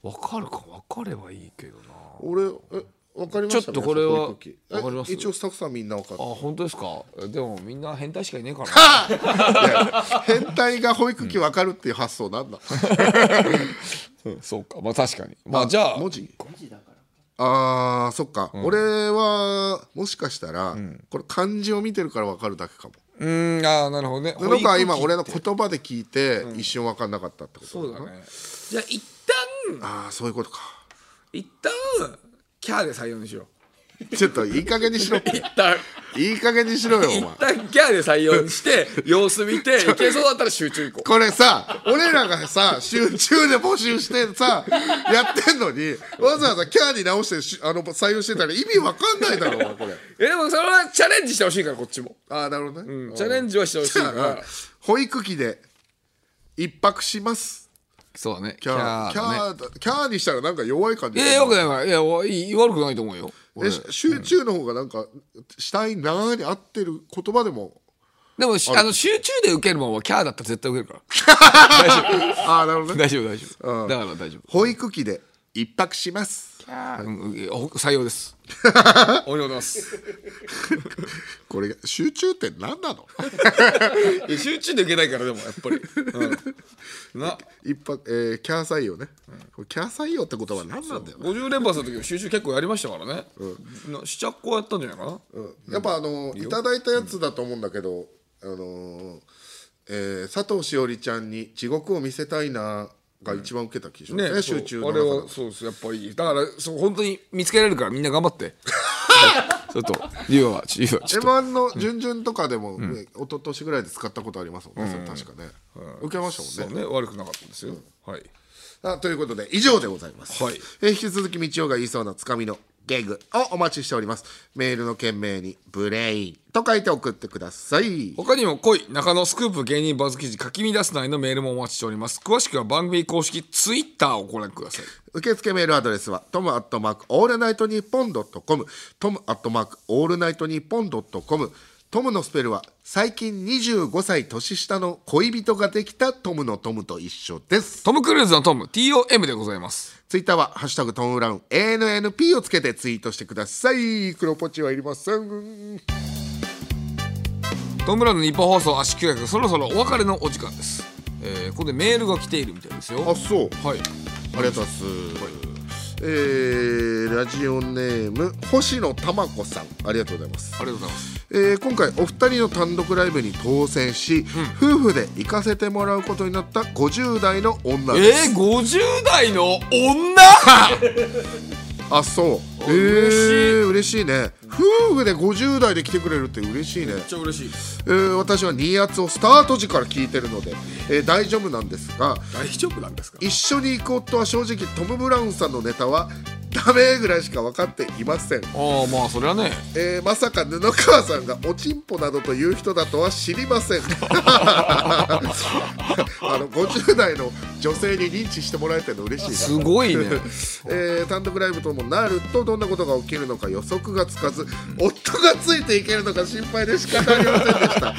Speaker 3: わかるかわかればいいけどな
Speaker 2: 俺え分かりました、ね、
Speaker 3: ちょっとこれは
Speaker 2: 保育器え
Speaker 3: わかります
Speaker 2: 一応スタッフさんみんな分かっ
Speaker 3: あ
Speaker 2: た
Speaker 3: 本当ですかえでもみんな変態しかいねえからな
Speaker 2: 変態が保育器分かるっていう発想なんだ、
Speaker 3: うんそうかまあ確かにまあじゃ
Speaker 2: (laughs)
Speaker 3: あ
Speaker 2: 文字あーそっか、俺はもしかしたら、これ漢字を見てるから分かるだけかも
Speaker 3: うーんああなるほどね
Speaker 2: 布川は今
Speaker 3: 保育器
Speaker 2: 俺の言葉で聞いて、一瞬分かんなかったってこと
Speaker 3: そうだ
Speaker 2: な
Speaker 3: ねじゃあ一旦
Speaker 2: ああそういうことか
Speaker 3: 一旦キャーで採用にしよう
Speaker 2: ちょっといい加減にしろ
Speaker 3: (laughs) 一旦
Speaker 2: いい加減にしろよお
Speaker 3: 一
Speaker 2: 前
Speaker 3: 旦ギャーで採用して様子見 (laughs) ていけそうだったら集中いこ
Speaker 2: これさ俺らがさ集中で募集してさやってんのにわざわざキャーに直してしあの採用してたら意味わかんないだろお前これ
Speaker 3: (laughs) うえでもそれはチャレンジしてほしいからこっちも、
Speaker 2: ああなるほどね、
Speaker 3: チャレンジはしてほしい
Speaker 2: じゃ
Speaker 3: か
Speaker 2: あ
Speaker 3: ら
Speaker 2: 保育器で一泊します
Speaker 3: (laughs) そうだね
Speaker 2: キャーキャーだキャーにしたらなんか弱い感
Speaker 3: い
Speaker 2: じ
Speaker 3: やよくないからいやわいい悪くないと思うよ
Speaker 2: えし集中の方がなんかしたいなーに合ってる言葉でも
Speaker 3: でもしあの集中で受けるもんはキャーだったら絶対受けるから
Speaker 2: ああなるほどね
Speaker 3: (laughs) 大丈夫大丈夫だから大丈夫
Speaker 2: 保育器で一泊します
Speaker 3: うんいやほ採用ですおめでとうございます
Speaker 2: これ集中って何なの
Speaker 3: いや集中で受けないからでもやっぱ (laughs) り、うん、な
Speaker 2: 一泊、えーキャー採用ね、これキャー採用って言葉何なんだよね
Speaker 3: 50連発の時も集中結構やりましたからね、な7個やったんじゃないかな、
Speaker 2: やっぱあのいただいたやつだと思うんだけど、あのーえー佐藤しおりちゃんに地獄を見せたいなが一番受けた気がしますね、
Speaker 3: そう
Speaker 2: 集中
Speaker 3: あ
Speaker 2: の
Speaker 3: れ
Speaker 2: 中
Speaker 3: は
Speaker 2: で
Speaker 3: そうですやっぱりだからそう本当に見つけられるからみんな頑張って (laughs) ちょっとリュウはリュウはちょっ
Speaker 2: M1 の準々とかでも、ね一昨年ぐらいで使ったことありますもんね、それ確かね、受けました
Speaker 3: と
Speaker 2: もんね
Speaker 3: ね悪くなかったですよ、はい
Speaker 2: あということで以上でございます、
Speaker 3: はい
Speaker 2: えー引き続き道夫が言いそうなつかみのゲグをお待ちしておりますメールの件名に「ブレイン」と書いて送ってください
Speaker 3: 他にも恋中野スクープ芸人バズ記事書き乱す内のメールもお待ちしております詳しくは番組公式ツイッターをご覧ください
Speaker 2: 受付メールアドレスはトムアットマークオールナイトニッポンドットコムトムアットマークオールナイトニッポンドットコムトムのスペルは最近25歳年下の恋人ができたトムのトムと一緒です
Speaker 3: トム・クルーズのトム TOM でございます
Speaker 2: ツイッターは「ハッシュタグトムブラウン ANNP」をつけてツイートしてください黒ポチはいりません
Speaker 3: トム・ブラウンの日本放送圧縮役そろそろお別れのお時間です、えーここでメールが来ているみたいですよ
Speaker 2: あそう
Speaker 3: はい
Speaker 2: ありがとうございます。えーラジオネーム星野玉子さんありがとうございます
Speaker 3: ありがとうございます
Speaker 2: えー今回お二人の単独ライブに当選し、夫婦で行かせてもらうことになった50代の女です
Speaker 3: えー、50代の女
Speaker 2: あそうえー、嬉しいね夫婦で50代で来てくれるって嬉しいねめっ
Speaker 12: ちゃ嬉しい、
Speaker 2: えー私は新圧をスタート時から聞いてるので、えー大丈夫なんですが
Speaker 12: 大丈夫なんですか
Speaker 2: 一緒に行く夫は正直トム・ブラウンさんのネタはダメぐらいしか分かっていません
Speaker 3: ああまあそれはね
Speaker 2: えーまさか布川さんがおちんぽなどという人だとは知りません (laughs) あの50代の女性に認知してもらえてるの嬉しい
Speaker 3: すごいね
Speaker 2: えー単独ライブともなるとどんなことが起きるのか予測がつかず夫がついていけるのか心配で仕方ありませんでした、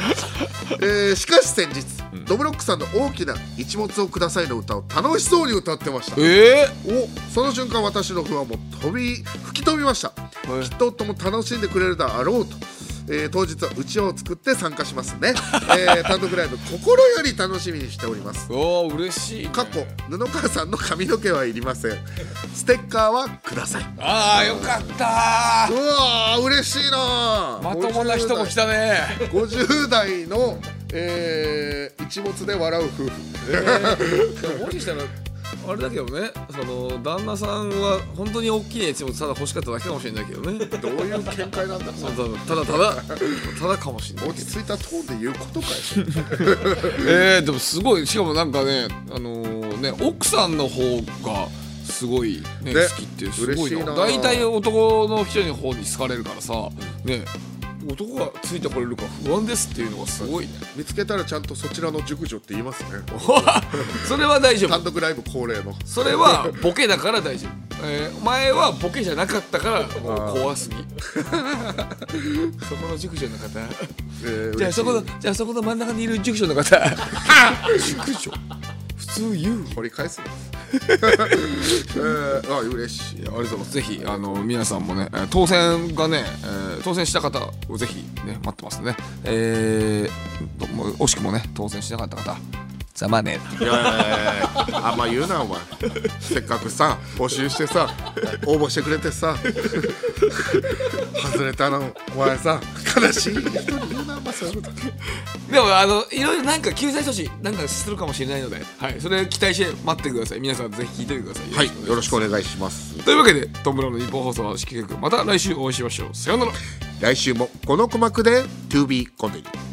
Speaker 2: (laughs) えーしかし先日、ドブロックさんの「大きな一物をください」の歌を楽しそうに歌ってました
Speaker 3: え
Speaker 2: おその瞬間私の不安も飛び吹き飛びました、きっと夫も楽しんでくれるだろうと、えー当日はうちわを作って参加しますね、えー単独ライブ心より楽しみにしております
Speaker 3: おー嬉しい、
Speaker 2: 過去布川さんの髪の毛はいりませんステッカーはください
Speaker 3: ああよかった
Speaker 2: うわー嬉しいなー
Speaker 3: まともな人も来たね
Speaker 2: 50代の、えー一物で笑う夫婦、
Speaker 12: でももしかしたらあれだけどねその旦那さんは本当に大きい一物ただ欲しかっただけかもしれないけどね
Speaker 2: どういう見解なんだろう
Speaker 12: そうただただただただかもしれない
Speaker 2: 落ち着いたトーンで言うことかよ
Speaker 3: えー、でもすごいしかもなんかねあのーね奥さんの方がすごい、ね
Speaker 2: ね
Speaker 3: 好きってすご
Speaker 2: 嬉
Speaker 3: い
Speaker 2: しい
Speaker 3: な
Speaker 2: な
Speaker 3: 大体男の人の方に好かれるからさね男がついてこれるか不安ですっていうのが
Speaker 2: (laughs)
Speaker 3: すごいね
Speaker 2: 見つけたらちゃんとそちらの熟女って言いますね
Speaker 3: それは大丈夫
Speaker 2: 単独ライブ恒例の
Speaker 3: それはボケだから大丈夫、えー、前はボケじゃなかったからもう怖すぎ (laughs) そこの塾女の方
Speaker 2: えー
Speaker 3: じゃあそこの
Speaker 2: 嬉し
Speaker 3: じゃあそこの真ん中にいる塾女
Speaker 2: (laughs)
Speaker 3: の方塾女普通言う
Speaker 2: い掘り返すなえー、あ嬉しい
Speaker 3: ありがとうございます。ぜひあの皆さんもねえー当選がね、えー当選した方をぜひね待ってますね。えー、ども惜しくもね当選しなかった方。ざまあね
Speaker 2: いやいやいやいやあんま言うなお前せっかくさ募集してさ応募してくれてさ外れたのお前さ悲しい人に言うなお前そういうこと
Speaker 3: でもあのいろいろなんか救済措置なんかするかもしれないので、はい、それ期待して待ってください皆さんぜひ聞いててください
Speaker 2: はいよろ
Speaker 3: し
Speaker 2: しくお願いします
Speaker 3: くというわけでトム・ブラウンの日本放送の式企画また来週お会いしましょうさようなら
Speaker 2: 来週もこの鼓膜で TOBECONTINUE